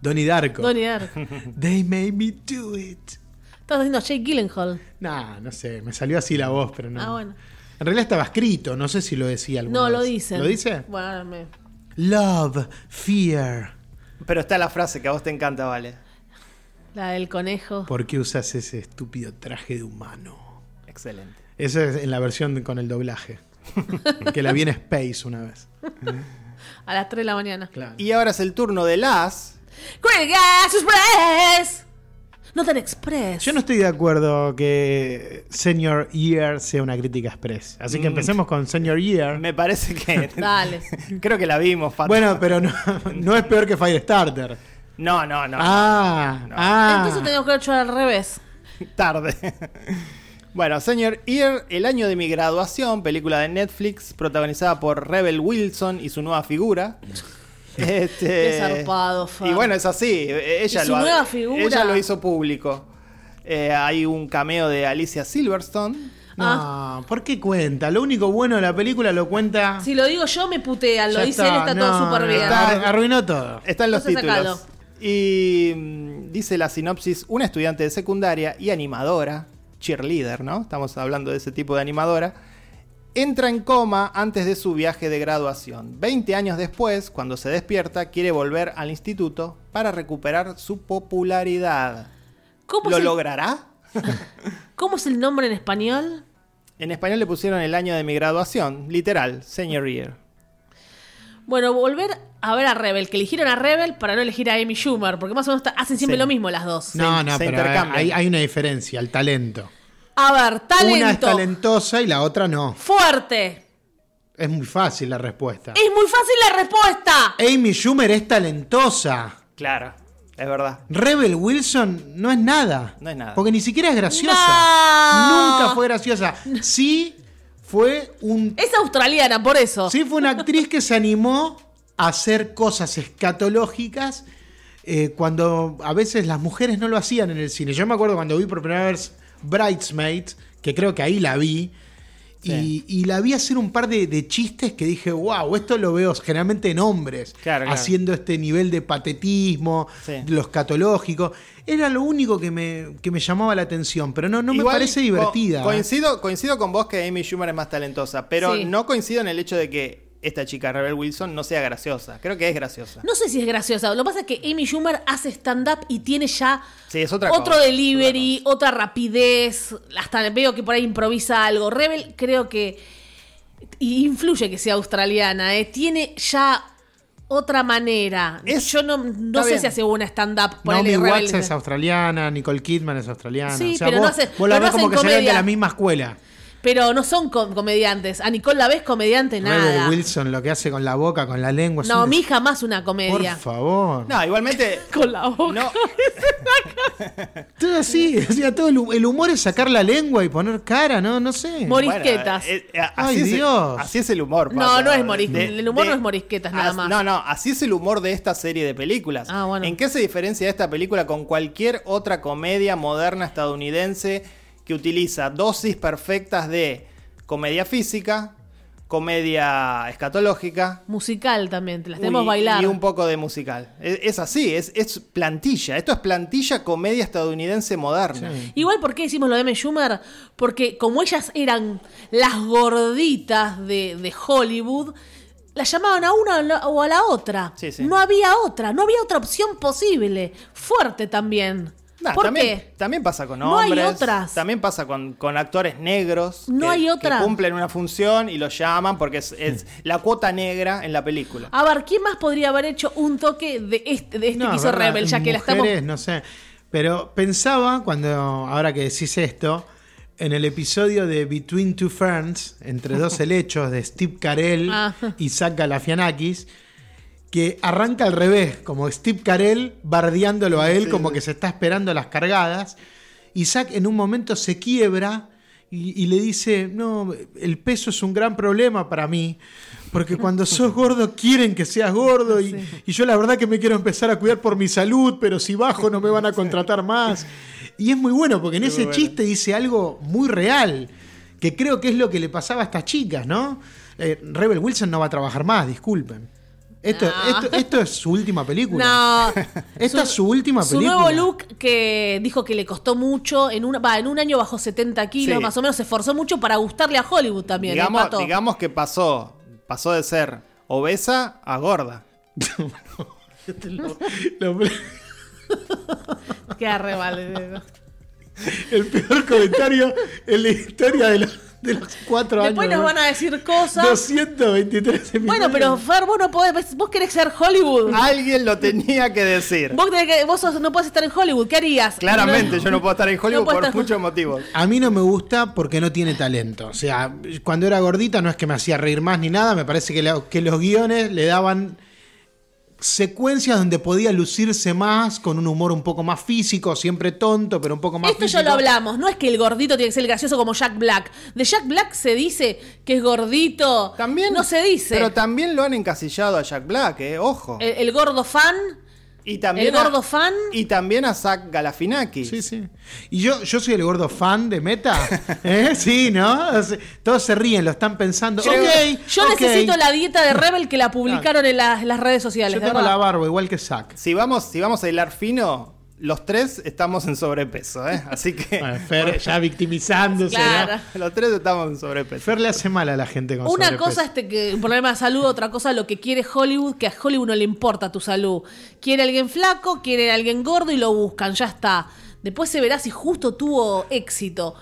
[SPEAKER 2] Donnie Darko?
[SPEAKER 4] Donnie Darko.
[SPEAKER 2] They made me do it.
[SPEAKER 4] Estás haciendo a Jake Gyllenhaal.
[SPEAKER 2] Nah, no sé, me salió así la voz, pero no.
[SPEAKER 4] Ah, bueno.
[SPEAKER 2] En realidad estaba escrito, no sé si lo decía alguna
[SPEAKER 4] No, lo
[SPEAKER 2] vez.
[SPEAKER 4] dicen.
[SPEAKER 2] ¿Lo dice?
[SPEAKER 4] Bueno, ahora me-
[SPEAKER 2] Love, fear.
[SPEAKER 3] Pero está la frase que a vos te encanta, vale.
[SPEAKER 4] la del conejo.
[SPEAKER 2] ¿Por qué usas ese estúpido traje de humano?
[SPEAKER 3] Excelente.
[SPEAKER 2] Esa es en la versión con el doblaje. que la vi en Space una vez.
[SPEAKER 4] A las 3 de la mañana.
[SPEAKER 2] Claro.
[SPEAKER 3] Y ahora es el turno de las.
[SPEAKER 4] Credit Gas Express. No tan express.
[SPEAKER 2] Yo no estoy de acuerdo que Senior Year sea una crítica express. Así que empecemos con Senior Year.
[SPEAKER 3] Me parece
[SPEAKER 4] (laughs)
[SPEAKER 3] que.
[SPEAKER 4] (laughs) Dale.
[SPEAKER 3] Creo que la vimos, Fato.
[SPEAKER 2] Bueno, pero no, no es peor que Firestarter.
[SPEAKER 3] No, no, no.
[SPEAKER 2] Ah, ah.
[SPEAKER 4] Entonces tenemos que hecho al revés.
[SPEAKER 3] (laughs) Tarde. Bueno, Senior Year, el año de mi graduación, película de Netflix, protagonizada por Rebel Wilson y su nueva
[SPEAKER 4] (laughs)
[SPEAKER 3] figura. Este,
[SPEAKER 4] Qué zarpado, Fab.
[SPEAKER 3] Y bueno, es así. e- Ella,
[SPEAKER 4] Y su
[SPEAKER 3] lo, ha-
[SPEAKER 4] nueva figura.
[SPEAKER 3] ella lo hizo público. Eh, hay un cameo de Alicia Silverstone.
[SPEAKER 2] No,
[SPEAKER 4] Ah.
[SPEAKER 2] ¿por qué cuenta? Lo único bueno de la película lo cuenta.
[SPEAKER 4] Si lo digo yo, me putean. Lo
[SPEAKER 2] Ya
[SPEAKER 4] dice él, está
[SPEAKER 2] no,
[SPEAKER 4] todo súper
[SPEAKER 2] no,
[SPEAKER 4] bien.
[SPEAKER 2] está- arruinó todo.
[SPEAKER 3] Está en los
[SPEAKER 4] Entonces,
[SPEAKER 3] títulos.
[SPEAKER 4] sacalo.
[SPEAKER 3] Y mm, dice la sinopsis, una estudiante de secundaria y animadora, cheerleader, ¿no? Estamos hablando de ese tipo de animadora, entra en coma antes de su viaje de graduación. 20 años después, cuando se despierta, quiere volver al instituto para recuperar su popularidad.
[SPEAKER 4] ¿Cómo,
[SPEAKER 3] ¿Lo
[SPEAKER 4] es el,
[SPEAKER 3] logrará?
[SPEAKER 4] cómo es el nombre en español?
[SPEAKER 3] En español le pusieron el año de mi graduación, literal, senior year.
[SPEAKER 4] Bueno, volver a ver a Rebel. Que eligieron a Rebel para no elegir a Amy Schumer. Porque más o menos ta- hacen siempre
[SPEAKER 3] Sí.
[SPEAKER 4] lo mismo las dos.
[SPEAKER 2] No, no,
[SPEAKER 3] se
[SPEAKER 2] pero
[SPEAKER 3] intercambian.
[SPEAKER 2] hay, hay una diferencia, el talento.
[SPEAKER 4] A ver, talento.
[SPEAKER 2] Una es talentosa y la otra no.
[SPEAKER 4] Fuerte.
[SPEAKER 2] Es muy fácil la respuesta. Eh.
[SPEAKER 4] Es muy fácil la respuesta.
[SPEAKER 2] Amy Schumer es talentosa.
[SPEAKER 3] Claro, es verdad.
[SPEAKER 2] Rebel Wilson no es nada.
[SPEAKER 3] No es nada.
[SPEAKER 2] Porque ni siquiera es graciosa.
[SPEAKER 4] No.
[SPEAKER 2] Nunca fue graciosa. Sí fue un
[SPEAKER 4] Es australiana, por eso.
[SPEAKER 2] Sí, fue una actriz que se animó a hacer cosas escatológicas eh, cuando a veces las mujeres no lo hacían en el cine. Yo me acuerdo cuando vi por primera vez Bridesmaids, que creo que ahí la vi.
[SPEAKER 3] Sí.
[SPEAKER 2] Y, y la vi hacer un par de, de chistes que dije, wow, esto lo veo generalmente en hombres,
[SPEAKER 3] Claro, claro.
[SPEAKER 2] haciendo este nivel de patetismo,
[SPEAKER 3] Sí.
[SPEAKER 2] de lo escatológico. Era lo único que me, que me llamaba la atención, pero no, no me
[SPEAKER 3] Igual,
[SPEAKER 2] parece
[SPEAKER 3] co-
[SPEAKER 2] divertida. ¿eh?
[SPEAKER 3] coincido, coincido con vos que Amy Schumer es más talentosa, pero
[SPEAKER 4] Sí.
[SPEAKER 3] no coincido en el hecho de que esta chica, Rebel Wilson, no sea graciosa. Creo que es graciosa.
[SPEAKER 4] No sé si es graciosa. Lo que pasa es que Amy Schumer hace stand-up y tiene ya
[SPEAKER 3] Sí, es otra
[SPEAKER 4] otro
[SPEAKER 3] cosa,
[SPEAKER 4] delivery, otra rapidez. Hasta veo que por ahí improvisa algo. Rebel creo que y influye que sea australiana. ¿eh? Tiene ya otra manera.
[SPEAKER 3] Es-
[SPEAKER 4] Yo no, no
[SPEAKER 3] está
[SPEAKER 4] sé
[SPEAKER 3] bien.
[SPEAKER 4] si hace buena stand-up.
[SPEAKER 2] Naomi
[SPEAKER 4] ponele, Rebel.
[SPEAKER 2] Watts es australiana, Nicole Kidman es australiana.
[SPEAKER 4] Sí,
[SPEAKER 2] o sea,
[SPEAKER 4] pero
[SPEAKER 2] vos,
[SPEAKER 4] no hace-
[SPEAKER 2] vos la
[SPEAKER 4] pero
[SPEAKER 2] ves
[SPEAKER 4] no
[SPEAKER 2] como
[SPEAKER 4] hacen
[SPEAKER 2] que salieron de
[SPEAKER 4] comedia.
[SPEAKER 2] la misma escuela.
[SPEAKER 4] Pero no son com- comediantes. A Nicole la ves comediante,
[SPEAKER 2] Rebel
[SPEAKER 4] nada.
[SPEAKER 2] Wilson, lo que hace con la boca, con la lengua. es un
[SPEAKER 4] No, mi
[SPEAKER 2] des-
[SPEAKER 4] hija más una
[SPEAKER 2] Por
[SPEAKER 4] comedia.
[SPEAKER 2] favor.
[SPEAKER 3] No, igualmente.
[SPEAKER 4] Con la boca. (laughs)
[SPEAKER 3] No,
[SPEAKER 2] Todo así, o sea, todo el, hu- el humor es sacar la lengua y poner cara, no, no sé.
[SPEAKER 3] bueno,
[SPEAKER 4] Morir. Morisquetas.
[SPEAKER 3] eh, eh, así
[SPEAKER 2] Ay,
[SPEAKER 3] es el-
[SPEAKER 2] Dios.
[SPEAKER 3] así es el humor.
[SPEAKER 4] No,
[SPEAKER 3] Pato.
[SPEAKER 4] no es morisque- el humor no es morisquetas, nada
[SPEAKER 3] as-
[SPEAKER 4] más.
[SPEAKER 3] No, no, así es el humor de esta serie de películas.
[SPEAKER 4] Ah, bueno.
[SPEAKER 3] ¿En qué se diferencia esta película con cualquier otra comedia moderna estadounidense que utiliza dosis perfectas de comedia física, comedia escatológica,
[SPEAKER 4] Musical también. Te las tenemos
[SPEAKER 3] Uy,
[SPEAKER 4] bailar.
[SPEAKER 3] Y un poco de musical. Es, es así, es, es plantilla. Esto es plantilla comedia estadounidense moderna.
[SPEAKER 4] Igual, ¿por qué decimos lo de M. Schumer? Porque como ellas eran las gorditas de, de Hollywood, las llamaban a una o la- o a la otra.
[SPEAKER 3] Sí, sí.
[SPEAKER 4] No había otra, no había otra opción posible. Fuerte también.
[SPEAKER 3] Nah,
[SPEAKER 4] ¿Por
[SPEAKER 3] también,
[SPEAKER 4] qué?
[SPEAKER 3] también pasa con
[SPEAKER 4] No hay
[SPEAKER 3] hombres.
[SPEAKER 4] otras.
[SPEAKER 3] También pasa con, con actores negros.
[SPEAKER 4] No
[SPEAKER 3] que,
[SPEAKER 4] hay
[SPEAKER 3] que
[SPEAKER 4] otras.
[SPEAKER 3] cumplen una función y los llaman porque es,
[SPEAKER 4] (laughs)
[SPEAKER 3] es la cuota negra en la película.
[SPEAKER 4] A ver, ¿quién más podría haber hecho un toque de este, de este
[SPEAKER 2] No,
[SPEAKER 4] que hizo
[SPEAKER 2] verdad,
[SPEAKER 4] Rebel? Ya que la estamos.
[SPEAKER 2] mujeres, no sé. Pero pensaba, cuando ahora que decís esto, en el episodio de Between Two Ferns, Entre
[SPEAKER 4] (laughs)
[SPEAKER 2] dos helechos, de Steve Carell
[SPEAKER 4] Ah.
[SPEAKER 2] y Zach Galifianakis, que arranca al revés, como Steve Carell bardeándolo a él, como que se está esperando las cargadas. Y Zach en un momento se quiebra y, y le dice, no, el peso es un gran problema para mí. Porque (laughs) cuando sos gordo quieren que seas gordo y, y yo la verdad que me quiero empezar a cuidar por mi salud, pero si bajo no me van a contratar más. Y es muy bueno porque en ese chiste dice algo muy real, que creo que es lo que le pasaba a estas chicas, ¿no? Eh, Rebel Wilson no va a trabajar más, disculpen. Esto,
[SPEAKER 4] No.
[SPEAKER 2] esto, esto es su última película.
[SPEAKER 4] No. (laughs)
[SPEAKER 2] Esta es su última
[SPEAKER 4] Su
[SPEAKER 2] película.
[SPEAKER 4] nuevo look que dijo que le costó mucho, en, una, va, en un año bajó 70 kilos,
[SPEAKER 3] Sí.
[SPEAKER 4] más o menos se esforzó mucho para gustarle a Hollywood también. ¿eh,
[SPEAKER 3] digamos,
[SPEAKER 4] Pato?
[SPEAKER 3] digamos que pasó. Pasó de ser obesa a gorda.
[SPEAKER 2] Lo-
[SPEAKER 4] Queda
[SPEAKER 3] (laughs)
[SPEAKER 4] re mal.
[SPEAKER 2] el peor comentario en la historia de los, de los cuatro
[SPEAKER 4] Después
[SPEAKER 2] años.
[SPEAKER 4] nos van a decir cosas.
[SPEAKER 2] 223
[SPEAKER 4] Bueno, pero Fer, vos no podés, vos querés ser Hollywood.
[SPEAKER 3] Alguien lo tenía que decir.
[SPEAKER 4] Vos, tenés que- vos sos- no podés estar en Hollywood, ¿qué harías?
[SPEAKER 3] Claramente, yo no puedo estar en Hollywood
[SPEAKER 4] No puedo
[SPEAKER 3] por
[SPEAKER 4] estar-
[SPEAKER 3] muchos motivos.
[SPEAKER 2] A mí no me gusta porque no tiene talento. O sea, cuando era gordita no es que me hacía reír más ni nada. Me parece que, la- que los guiones le daban secuencias donde podía lucirse más, con un humor un poco más físico, siempre tonto, pero un poco más
[SPEAKER 4] Esto ya
[SPEAKER 2] físico.
[SPEAKER 4] lo hablamos, no es que el gordito tiene que ser el gracioso como Jack Black. De Jack Black se dice que es gordito.
[SPEAKER 3] También,
[SPEAKER 4] No se dice.
[SPEAKER 3] Pero también lo han encasillado a Jack Black, eh, ojo.
[SPEAKER 4] el, el gordo fan.
[SPEAKER 3] y también
[SPEAKER 4] el
[SPEAKER 3] a-
[SPEAKER 4] gordo fan.
[SPEAKER 3] Y también a Zach Galafinakis.
[SPEAKER 2] Sí, sí. Y yo, yo soy el gordo fan de Meta. (laughs) ¿Eh? Sí, ¿no? O sea, Todos se ríen, lo están pensando.
[SPEAKER 3] Creo-
[SPEAKER 2] Ok,
[SPEAKER 4] Yo
[SPEAKER 2] ok.
[SPEAKER 4] necesito la dieta de Rebel que la publicaron en, las- en las redes sociales.
[SPEAKER 2] Yo
[SPEAKER 4] de
[SPEAKER 2] tengo
[SPEAKER 4] verdad.
[SPEAKER 2] la barba, igual que Zack.
[SPEAKER 3] Si vamos, si vamos a hilar fino, los tres estamos en sobrepeso, ¿eh? Así
[SPEAKER 2] (laughs)
[SPEAKER 3] que.
[SPEAKER 2] Bueno, Fer ya victimizándose. ¿no?
[SPEAKER 4] Claro.
[SPEAKER 3] (laughs) los tres estamos en sobrepeso.
[SPEAKER 2] Fer le hace mal a la gente con
[SPEAKER 4] Una
[SPEAKER 2] sobrepeso.
[SPEAKER 4] cosa es te- que, un problema de salud, otra cosa lo que quiere Hollywood, que a Hollywood no le importa tu salud. Quiere alguien flaco, quiere alguien gordo y lo buscan, ya está. Después se verá si justo tuvo éxito.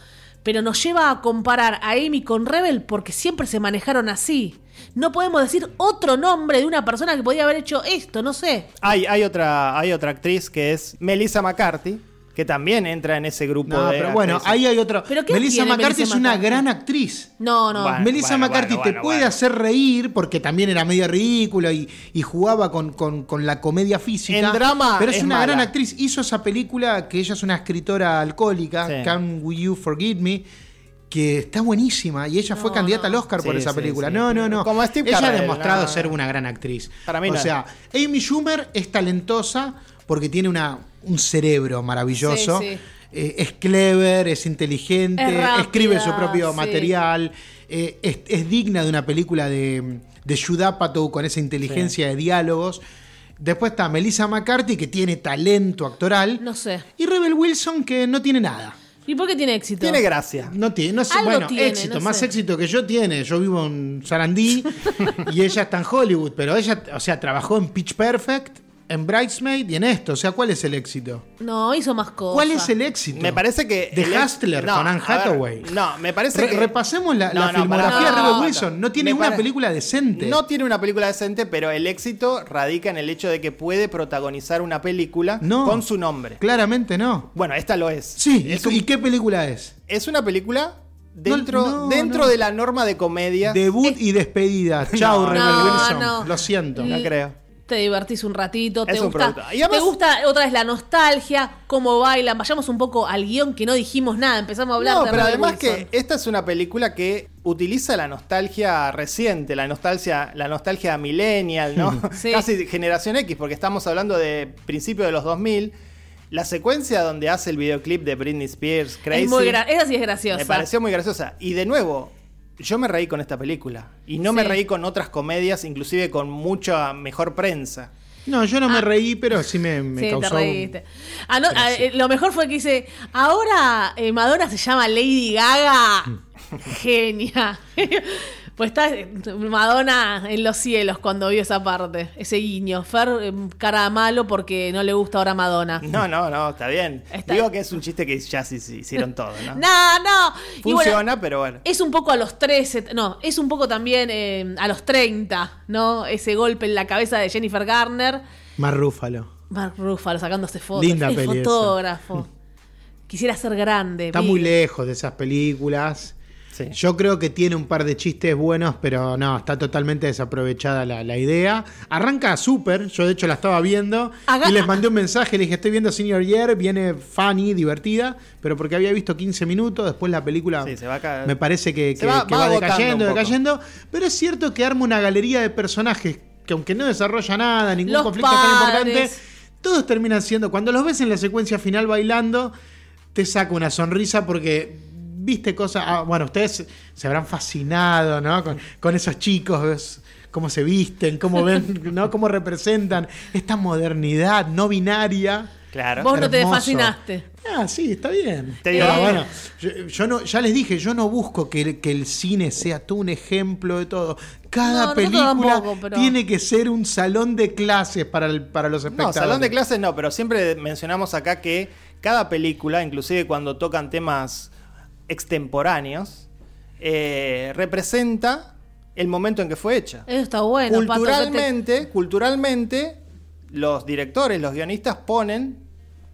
[SPEAKER 4] Pero nos lleva a comparar a Amy con Rebel porque siempre se manejaron así. No podemos decir otro nombre de una persona que podía haber hecho esto, no sé.
[SPEAKER 3] Hay, hay, otra, hay otra actriz que es Melissa McCarthy, que también entra en ese grupo
[SPEAKER 2] No,
[SPEAKER 3] de.
[SPEAKER 2] pero bueno,
[SPEAKER 3] actrices.
[SPEAKER 2] ahí hay otro.
[SPEAKER 4] ¿Pero qué
[SPEAKER 2] Melissa
[SPEAKER 4] tiene
[SPEAKER 2] McCarthy es
[SPEAKER 4] Melissa
[SPEAKER 2] una
[SPEAKER 4] McCarthy?
[SPEAKER 2] gran actriz.
[SPEAKER 4] No, no.
[SPEAKER 3] Bueno.
[SPEAKER 2] Melissa McCarthy
[SPEAKER 3] bueno,
[SPEAKER 2] te
[SPEAKER 3] bueno,
[SPEAKER 2] puede
[SPEAKER 3] bueno.
[SPEAKER 2] hacer reír porque también era medio ridícula y, y jugaba con, con- con la comedia física.
[SPEAKER 3] En drama
[SPEAKER 2] Pero es,
[SPEAKER 3] es
[SPEAKER 2] una gran
[SPEAKER 3] mala.
[SPEAKER 2] actriz. Hizo esa película que ella es una escritora alcohólica,
[SPEAKER 3] Sí.
[SPEAKER 2] Can Will You Forgive Me, que está buenísima y ella fue
[SPEAKER 4] No,
[SPEAKER 2] candidata al
[SPEAKER 4] no.
[SPEAKER 2] Oscar
[SPEAKER 3] Sí,
[SPEAKER 2] por esa
[SPEAKER 3] sí,
[SPEAKER 2] película.
[SPEAKER 3] sí.
[SPEAKER 2] No, no, no.
[SPEAKER 3] Como Steve
[SPEAKER 2] ella ha
[SPEAKER 3] Carell,
[SPEAKER 2] demostrado
[SPEAKER 3] no.
[SPEAKER 2] ser una gran actriz.
[SPEAKER 3] Para mí
[SPEAKER 2] o
[SPEAKER 3] no.
[SPEAKER 2] sea, Amy Schumer es talentosa porque tiene una, un cerebro maravilloso.
[SPEAKER 4] Sí, sí.
[SPEAKER 2] Eh, es clever, es inteligente,
[SPEAKER 4] Es rápida,
[SPEAKER 2] escribe su propio
[SPEAKER 4] sí.
[SPEAKER 2] material, eh, es, es digna de una película de, de Judapato con esa inteligencia de diálogos. Después está Melissa McCarthy, que tiene talento actoral.
[SPEAKER 4] No sé.
[SPEAKER 2] Y Rebel Wilson, que no tiene nada.
[SPEAKER 4] ¿Y por qué tiene éxito?
[SPEAKER 3] Tiene gracia.
[SPEAKER 2] No tiene, no sé,
[SPEAKER 4] Algo
[SPEAKER 2] bueno,
[SPEAKER 4] tiene,
[SPEAKER 2] éxito,
[SPEAKER 4] no
[SPEAKER 2] más
[SPEAKER 4] sé.
[SPEAKER 2] éxito que yo tiene. Yo vivo en
[SPEAKER 4] (laughs)
[SPEAKER 2] Sarandí y ella está en Hollywood, pero ella, o sea, trabajó en Pitch Perfect, en Bridesmaid y en esto. O sea, ¿cuál es el éxito?
[SPEAKER 4] No, hizo más cosas.
[SPEAKER 2] ¿Cuál es el éxito?
[SPEAKER 3] Me parece que.
[SPEAKER 2] The
[SPEAKER 3] el ex-
[SPEAKER 2] Hustler
[SPEAKER 3] No,
[SPEAKER 2] con Anne
[SPEAKER 3] a ver,
[SPEAKER 2] Hathaway.
[SPEAKER 3] no, me parece
[SPEAKER 2] Re-
[SPEAKER 3] que.
[SPEAKER 2] repasemos la,
[SPEAKER 3] No,
[SPEAKER 2] la
[SPEAKER 3] no, pará,
[SPEAKER 2] filmografía
[SPEAKER 4] pará,
[SPEAKER 2] de Rebel
[SPEAKER 4] pará.
[SPEAKER 2] Wilson. No tiene
[SPEAKER 3] Me
[SPEAKER 2] una
[SPEAKER 3] pare-
[SPEAKER 2] película decente.
[SPEAKER 3] No tiene una película decente, pero el éxito radica en el hecho de que puede protagonizar una película
[SPEAKER 2] No.
[SPEAKER 3] con su nombre.
[SPEAKER 2] Claramente no.
[SPEAKER 3] Bueno, esta lo es.
[SPEAKER 2] Sí, ¿y,
[SPEAKER 3] es,
[SPEAKER 2] cu-
[SPEAKER 3] un-
[SPEAKER 2] y qué película es?
[SPEAKER 3] es una película dentro,
[SPEAKER 2] no,
[SPEAKER 3] dentro
[SPEAKER 2] no.
[SPEAKER 3] de la norma de comedia.
[SPEAKER 2] Debut y (laughs) despedida. Chau,
[SPEAKER 3] No,
[SPEAKER 2] Rebel
[SPEAKER 4] Eh, no,
[SPEAKER 2] Wilson.
[SPEAKER 4] no. Mm.
[SPEAKER 2] Lo siento.
[SPEAKER 3] No creo.
[SPEAKER 4] Te divertís un ratito, te
[SPEAKER 3] Es un
[SPEAKER 4] gusta,
[SPEAKER 3] producto. Y además-
[SPEAKER 4] te gusta otra vez la nostalgia, cómo bailan. Vayamos un poco al guión que no dijimos nada, empezamos a hablar
[SPEAKER 3] No,
[SPEAKER 4] de
[SPEAKER 3] pero
[SPEAKER 4] Rebel
[SPEAKER 3] además
[SPEAKER 4] Wilson.
[SPEAKER 3] que esta es una película que utiliza la nostalgia reciente, la nostalgia, la nostalgia millennial,
[SPEAKER 2] (laughs)
[SPEAKER 3] ¿no?
[SPEAKER 4] Sí.
[SPEAKER 3] Casi generación X, porque estamos hablando de principio de los 2000. La secuencia donde hace el videoclip de Britney Spears, Crazy,
[SPEAKER 4] es muy gra- esa sí es
[SPEAKER 3] me
[SPEAKER 4] graciosa.
[SPEAKER 3] pareció muy graciosa. Y de nuevo, yo me reí con esta película. Y no me
[SPEAKER 4] Sí.
[SPEAKER 3] reí con otras comedias, inclusive con mucha mejor prensa.
[SPEAKER 2] No, yo no me reí, pero sí me, me
[SPEAKER 4] Ah. Sí, te
[SPEAKER 2] causó.
[SPEAKER 4] reíste. Ah, no, ah, eh, lo mejor fue que dice,
[SPEAKER 3] (laughs)
[SPEAKER 4] ahora eh, Madonna se llama Lady Gaga. Genia. (laughs) Pues está eh, Madonna en los cielos cuando vio esa parte, ese guiño. Fer eh, cara a malo porque no le gusta ahora Madonna.
[SPEAKER 3] No, no, no, está bien.
[SPEAKER 4] Está
[SPEAKER 3] Digo
[SPEAKER 4] bien.
[SPEAKER 3] que es un chiste que ya sí, sí,
[SPEAKER 4] (laughs)
[SPEAKER 3] hicieron todo, ¿no?
[SPEAKER 2] Ah.
[SPEAKER 4] No, no. Y bueno, eh,
[SPEAKER 3] Funciona, pero bueno.
[SPEAKER 4] es un poco a los 13, no, es un poco también eh, a los 30, ¿no? Ese golpe en la cabeza de Jennifer Garner.
[SPEAKER 2] Más Rúfalo.
[SPEAKER 4] Mark Ruffalo sacándose fotos.
[SPEAKER 2] Linda
[SPEAKER 4] es
[SPEAKER 2] peli esa.
[SPEAKER 4] fotógrafo. Quisiera ser grande.
[SPEAKER 2] Está
[SPEAKER 4] Bill.
[SPEAKER 2] muy lejos de esas películas.
[SPEAKER 3] Sí.
[SPEAKER 2] Yo creo que tiene un par de chistes buenos, pero no, está totalmente desaprovechada la, la idea. Arranca súper, yo de hecho la estaba viendo
[SPEAKER 4] Haga-
[SPEAKER 2] y les mandé un mensaje, le dije, estoy viendo Senior Year, viene funny, divertida, pero porque había visto 15 minutos, después la película
[SPEAKER 3] Sí, se va ca-
[SPEAKER 2] me parece que,
[SPEAKER 3] se
[SPEAKER 2] que-
[SPEAKER 3] va-
[SPEAKER 2] que
[SPEAKER 3] va
[SPEAKER 2] va,
[SPEAKER 3] agotando
[SPEAKER 2] decayendo,
[SPEAKER 3] un poco.
[SPEAKER 2] decayendo, pero es cierto que arma una galería de personajes que aunque no desarrolla nada, ningún
[SPEAKER 4] Los
[SPEAKER 2] conflicto tan importante,
[SPEAKER 4] padres.
[SPEAKER 2] todos terminan siendo, cuando los ves en la secuencia final bailando, te saca una sonrisa porque viste cosas. ah, bueno, ustedes se habrán fascinado, ¿no? Con, con esos chicos, ves cómo se visten, cómo ven,
[SPEAKER 4] (laughs)
[SPEAKER 2] ¿no? Cómo representan esta modernidad no binaria.
[SPEAKER 3] Claro.
[SPEAKER 4] Vos no te
[SPEAKER 2] Hermoso.
[SPEAKER 4] fascinaste.
[SPEAKER 2] Ah, sí, está bien.
[SPEAKER 3] Te digo-
[SPEAKER 4] eh,
[SPEAKER 2] Pero bueno, yo, yo no, ya les dije, yo no busco que, el- que el cine sea todo un ejemplo de todo. Cada
[SPEAKER 4] No, nosotros
[SPEAKER 2] película
[SPEAKER 4] tampoco, pero-
[SPEAKER 2] tiene que ser un salón de clases para, el- para los
[SPEAKER 3] No,
[SPEAKER 2] espectadores.
[SPEAKER 3] salón de clases no, pero siempre mencionamos acá que cada película, inclusive cuando tocan temas extemporáneos, eh, representa el momento en que fue hecha.
[SPEAKER 4] Eso está Eh, bueno, Pato, que te-
[SPEAKER 3] culturalmente, culturalmente, los directores, los guionistas ponen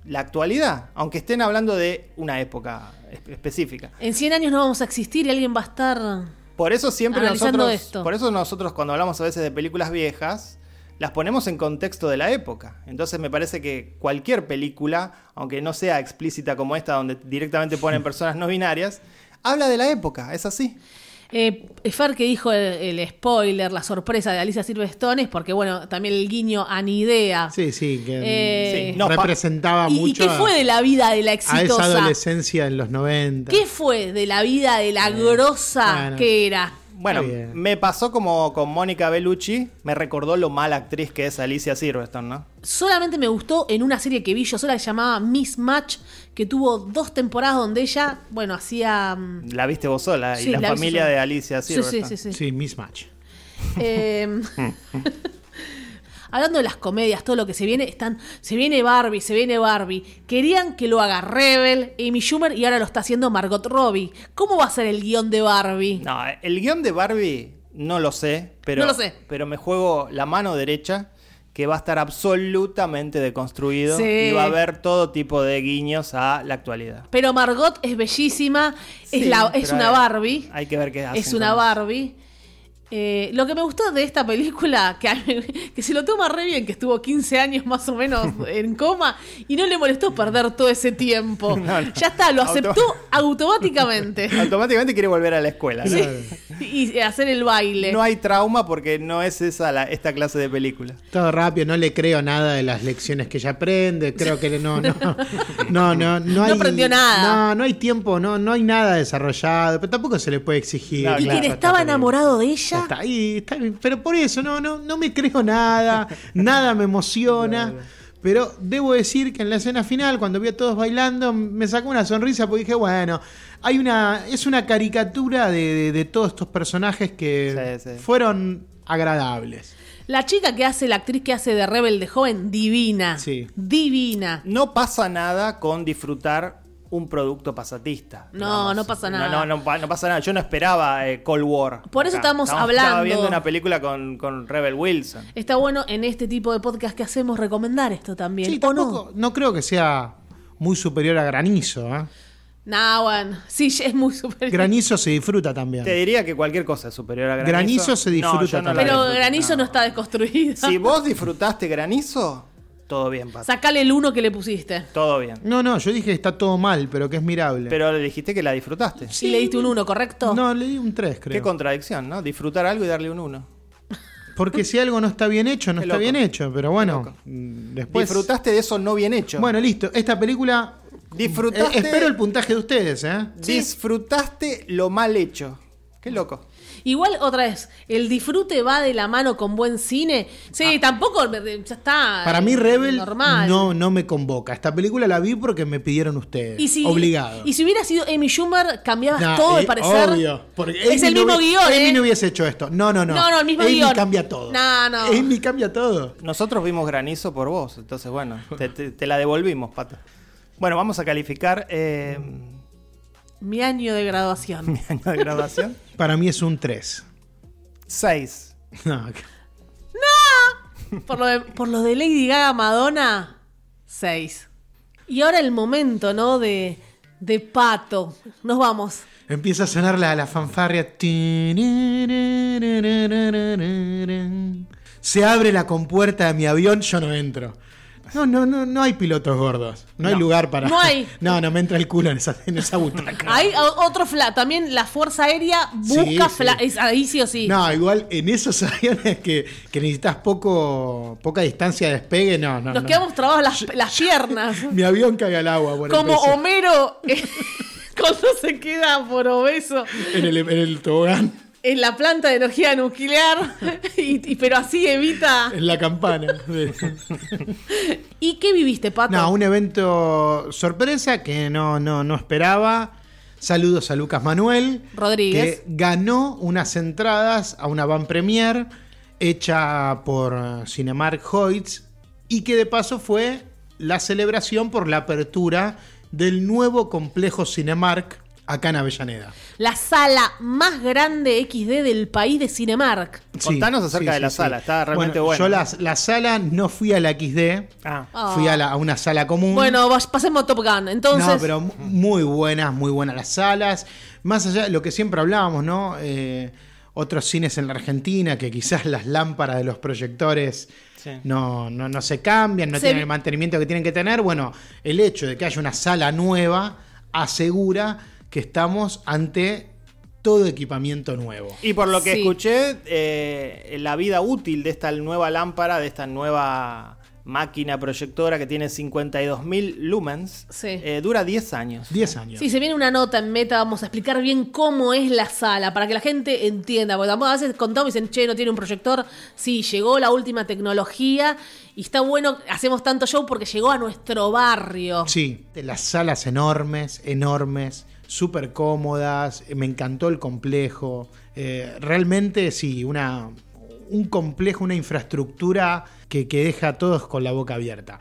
[SPEAKER 3] la actualidad, aunque estén hablando de una época espe- específica.
[SPEAKER 4] En 100 años no vamos a existir y alguien va a estar.
[SPEAKER 3] Por eso siempre
[SPEAKER 4] Analizando
[SPEAKER 3] nosotros,
[SPEAKER 4] esto.
[SPEAKER 3] por eso nosotros cuando hablamos a veces de películas viejas, las ponemos en contexto de la época. Entonces me parece que cualquier película, aunque no sea explícita como esta donde directamente ponen personas no binarias, habla de la época, es así.
[SPEAKER 4] Eh, Fer que dijo el, el spoiler, la sorpresa de Alicia Silverstone es porque, bueno, también el guiño a ni idea.
[SPEAKER 2] Sí, sí, que
[SPEAKER 4] Eh,
[SPEAKER 3] Sí, no, pa-
[SPEAKER 2] representaba
[SPEAKER 4] ¿Y, y
[SPEAKER 2] mucho.
[SPEAKER 4] qué fue de la vida de la
[SPEAKER 2] a esa
[SPEAKER 4] exitosa?
[SPEAKER 2] adolescencia en los 90.
[SPEAKER 4] ¿Qué fue de la vida de
[SPEAKER 3] Eh,
[SPEAKER 4] la grosa
[SPEAKER 2] bueno.
[SPEAKER 4] que era?
[SPEAKER 3] Bueno,
[SPEAKER 2] Bien.
[SPEAKER 3] me pasó como con Mónica Bellucci, me recordó lo mala actriz que es Alicia Silverstone, ¿no?
[SPEAKER 4] Solamente me gustó en una serie que vi yo sola que se llamaba Miss Match, que tuvo dos temporadas donde ella, bueno, hacía. mm,
[SPEAKER 3] La viste vos sola
[SPEAKER 4] Sí,
[SPEAKER 3] y la,
[SPEAKER 4] la vi
[SPEAKER 3] familia
[SPEAKER 4] sola.
[SPEAKER 3] de Alicia
[SPEAKER 4] Sí, sí,
[SPEAKER 3] Silverstone.
[SPEAKER 4] sí. sí.
[SPEAKER 2] Sí, mismatch.
[SPEAKER 3] (laughs)
[SPEAKER 4] Eh, (laughs) hablando de las comedias, todo lo que se viene, están. Se viene Barbie, se viene Barbie. Querían que lo haga Rebel, Amy Schumer, y ahora lo está haciendo Margot Robbie. ¿Cómo va a ser el guión de Barbie?
[SPEAKER 3] No, el guión de Barbie no lo sé, pero,
[SPEAKER 4] No lo sé.
[SPEAKER 3] pero me juego la mano derecha que va a estar absolutamente deconstruido
[SPEAKER 4] Sí.
[SPEAKER 3] y va a haber todo tipo de guiños a la actualidad.
[SPEAKER 4] Pero Margot es bellísima, es,
[SPEAKER 3] Sí,
[SPEAKER 4] la, es
[SPEAKER 3] pero
[SPEAKER 4] una
[SPEAKER 3] hay-
[SPEAKER 4] Barbie.
[SPEAKER 3] Hay que ver qué hacen.
[SPEAKER 4] es una
[SPEAKER 3] con-
[SPEAKER 4] Barbie. Eh, lo que me gustó de esta película, que, a mí- que se lo toma re bien, que estuvo 15 años más
[SPEAKER 3] (laughs)
[SPEAKER 4] o menos en coma y no le molestó perder todo ese
[SPEAKER 3] (laughs)
[SPEAKER 4] tiempo.
[SPEAKER 3] No, no.
[SPEAKER 4] Ya está, lo
[SPEAKER 3] Auto-
[SPEAKER 4] aceptó
[SPEAKER 3] (laughs)
[SPEAKER 4] automáticamente.
[SPEAKER 3] Automáticamente quiere volver a la escuela. ¿no?
[SPEAKER 4] Sí, Y hacer el baile.
[SPEAKER 3] No hay trauma porque no es esa la- esta clase de película.
[SPEAKER 2] Todo rápido, no le creo nada de las lecciones que ella aprende, creo que no,
[SPEAKER 4] (laughs)
[SPEAKER 2] no, no, no, no, hay,
[SPEAKER 4] aprendió nada.
[SPEAKER 2] No, no hay tiempo, no, no hay nada desarrollado, pero tampoco se le puede exigir.
[SPEAKER 3] No,
[SPEAKER 4] y
[SPEAKER 3] claro,
[SPEAKER 4] quien
[SPEAKER 2] está
[SPEAKER 4] estaba
[SPEAKER 2] bien.
[SPEAKER 4] enamorado de
[SPEAKER 2] Ya
[SPEAKER 4] ella,
[SPEAKER 2] está ahí, está bien, pero por eso no, no, no me creo nada, nada me emociona. Pero debo decir que en la escena final, cuando vi a todos bailando, me sacó una sonrisa porque dije, bueno, hay una, es una caricatura de, de- de todos estos personajes que
[SPEAKER 3] Sí, sí.
[SPEAKER 2] fueron agradables.
[SPEAKER 4] la chica que hace, la actriz que hace de Rebel de joven, divina.
[SPEAKER 2] Sí.
[SPEAKER 4] Divina.
[SPEAKER 3] No pasa nada con disfrutar un producto pasatista.
[SPEAKER 4] No, no pasa nada.
[SPEAKER 3] No, no, no pa- no pasa nada. Yo no esperaba eh, Cold War.
[SPEAKER 4] Por eso estamos hablando.
[SPEAKER 3] Estaba viendo una película con, con Rebel Wilson.
[SPEAKER 4] Está bueno en este tipo de podcast que hacemos recomendar esto también.
[SPEAKER 2] Sí,
[SPEAKER 4] ¿o no?
[SPEAKER 2] tampoco, no creo que sea muy superior a granizo. ¿eh?
[SPEAKER 4] Nah, bueno. Sí, ya es muy superior.
[SPEAKER 2] Granizo se disfruta también.
[SPEAKER 3] Te diría que cualquier cosa es superior a granizo.
[SPEAKER 2] Granizo se disfruta
[SPEAKER 3] No, yo no la
[SPEAKER 2] también.
[SPEAKER 4] Pero
[SPEAKER 3] disfruto,
[SPEAKER 4] Granizo no, está desconstruido.
[SPEAKER 3] Si vos disfrutaste granizo, todo bien, Pato.
[SPEAKER 4] Sacale el uno que le pusiste.
[SPEAKER 3] Todo bien.
[SPEAKER 2] No, no, yo dije que está todo mal, pero que es mirable.
[SPEAKER 3] Pero le dijiste que la disfrutaste.
[SPEAKER 4] Y le diste un uno, ¿correcto?
[SPEAKER 2] No, le di un 3, creo.
[SPEAKER 3] Qué contradicción, ¿no? Disfrutar algo y darle un 1.
[SPEAKER 2] Porque si algo no está bien hecho, no
[SPEAKER 3] Qué
[SPEAKER 2] está
[SPEAKER 3] loco.
[SPEAKER 2] bien hecho. Pero bueno,
[SPEAKER 3] loco.
[SPEAKER 2] mm, después.
[SPEAKER 3] disfrutaste de eso no bien hecho.
[SPEAKER 2] Bueno, listo. Esta película.
[SPEAKER 3] Disfrutaste-
[SPEAKER 2] Eh, espero el puntaje de ustedes, ¿eh?
[SPEAKER 3] disfrutaste lo mal hecho. Qué loco.
[SPEAKER 4] Igual, otra vez, el disfrute va de la mano con buen cine. Sí, tampoco me- ya está.
[SPEAKER 2] Ah. Para mí
[SPEAKER 4] eh,
[SPEAKER 2] Rebel
[SPEAKER 4] normal.
[SPEAKER 2] no, no me convoca. Esta película la vi porque me pidieron ustedes.
[SPEAKER 4] Y si,
[SPEAKER 2] obligado.
[SPEAKER 4] Y si hubiera sido Amy Schumer, cambiabas
[SPEAKER 2] Nah,
[SPEAKER 4] todo de
[SPEAKER 2] eh,
[SPEAKER 4] parecer.
[SPEAKER 2] obvio, porque
[SPEAKER 4] es
[SPEAKER 2] Amy
[SPEAKER 4] el
[SPEAKER 2] no
[SPEAKER 4] mismo
[SPEAKER 2] hubie-
[SPEAKER 4] guión.
[SPEAKER 2] Amy
[SPEAKER 4] ¿eh?
[SPEAKER 2] no hubiese hecho esto. No, no, no.
[SPEAKER 4] No, no, el mismo
[SPEAKER 2] Amy
[SPEAKER 4] guión.
[SPEAKER 2] cambia todo.
[SPEAKER 4] No, no.
[SPEAKER 2] Amy cambia todo.
[SPEAKER 3] Nosotros vimos granizo por vos, entonces bueno, te, te- te la devolvimos, Pato. Bueno, vamos a calificar eh, (laughs)
[SPEAKER 4] Mi año de
[SPEAKER 2] (laughs)
[SPEAKER 4] graduación.
[SPEAKER 3] mi año de graduación.
[SPEAKER 2] Para mí es un 3.
[SPEAKER 3] 6.
[SPEAKER 2] (laughs) No,
[SPEAKER 4] por, lo de, por lo de Lady Gaga Madonna, 6. Y ahora el momento, ¿no? De, de pato. Nos vamos.
[SPEAKER 2] Empieza a sonar la, la fanfarria. Se abre la compuerta de mi avión, yo no entro. No, no, no, no hay pilotos gordos. No, hay
[SPEAKER 3] No.
[SPEAKER 2] lugar para.
[SPEAKER 4] No hay.
[SPEAKER 2] (laughs) No, no me entra el culo en esa, en esa
[SPEAKER 4] (laughs)
[SPEAKER 2] butaca.
[SPEAKER 4] Ahí o- otro fla. También la Fuerza Aérea busca
[SPEAKER 2] Sí, sí.
[SPEAKER 4] fla- es- ahí sí o sí.
[SPEAKER 2] No, igual en esos (laughs) aviones que, que necesitas poco, poca distancia de despegue, no, no.
[SPEAKER 4] Nos
[SPEAKER 2] no.
[SPEAKER 4] quedamos trabados las, las piernas.
[SPEAKER 2] Mi avión cae al agua (laughs) por el
[SPEAKER 4] Como
[SPEAKER 2] peso.
[SPEAKER 4] Homero eh, (laughs) cuando se queda por obeso
[SPEAKER 2] en, el, en el tobogán,
[SPEAKER 4] en la planta de energía nuclear, (laughs) y, y- pero así evita.
[SPEAKER 2] en la campana.
[SPEAKER 4] ¿Y qué viviste, Pato?
[SPEAKER 2] No, un evento sorpresa que no, no, no esperaba. Saludos a Lucas Manuel.
[SPEAKER 4] Rodríguez.
[SPEAKER 2] Que ganó unas entradas a una van premier hecha por eh, Cinemark Hoyts y que de paso fue la celebración por la apertura del nuevo complejo Cinemark acá en Avellaneda.
[SPEAKER 4] La sala más grande XD del país de Cinemark.
[SPEAKER 3] Contanos acerca de la sala, está realmente bueno.
[SPEAKER 2] Yo la, la sala no fui a la XD,
[SPEAKER 3] Ah,
[SPEAKER 4] Ah.
[SPEAKER 2] fui a, la- a una sala común.
[SPEAKER 4] Bueno, vas- pasemos a Top Gun. Entonces,
[SPEAKER 2] No, pero mu- muy buenas, muy buenas las salas. Más allá de lo que siempre hablábamos, ¿no? Eh, otros cines en la Argentina que quizás las lámparas de los proyectores
[SPEAKER 3] sí.
[SPEAKER 2] no, no, no se cambian, no
[SPEAKER 4] Se
[SPEAKER 2] tienen
[SPEAKER 4] vi-
[SPEAKER 2] el mantenimiento que tienen que tener. Bueno, el hecho de que haya una sala nueva asegura que estamos ante todo equipamiento nuevo.
[SPEAKER 3] Y por lo que
[SPEAKER 4] Sí.
[SPEAKER 3] escuché, eh, la vida útil de esta nueva lámpara, de esta nueva máquina proyectora que tiene 52.000 lumens,
[SPEAKER 4] Sí.
[SPEAKER 3] eh, dura 10 años.
[SPEAKER 2] 10 años.
[SPEAKER 4] sí, se viene una nota en meta, vamos a explicar bien cómo es la sala, para que la gente entienda, porque tampoco a veces contamos y dicen, che, no tiene un proyector. Sí, llegó la última tecnología y está bueno, hacemos tanto show porque llegó a nuestro barrio.
[SPEAKER 2] Sí, Oh, de las salas enormes, enormes, súper cómodas, eh, me encantó el complejo. Eh, realmente sí, una, un complejo, una infraestructura que, que deja a todos con la boca abierta.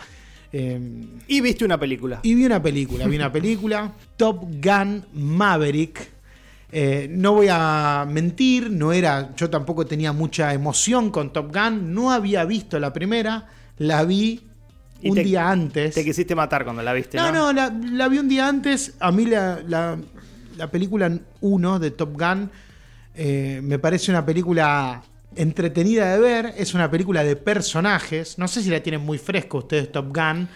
[SPEAKER 2] Eh,
[SPEAKER 3] Y viste una película.
[SPEAKER 2] y vi una película,
[SPEAKER 3] (laughs)
[SPEAKER 2] vi una película, Top Gun Maverick. Eh, no voy a mentir, no era, yo tampoco tenía mucha emoción con Top Gun, no había visto la primera, la vi
[SPEAKER 3] Y
[SPEAKER 2] un
[SPEAKER 3] te-
[SPEAKER 2] día antes.
[SPEAKER 3] Te quisiste matar cuando la viste, ¿no?
[SPEAKER 2] No, no, la, la vi un día antes. A mí la, la- la película 1 de Top Gun eh, me parece una película entretenida de ver. Es una película de personajes. No sé si la tienen muy fresca ustedes, Top Gun.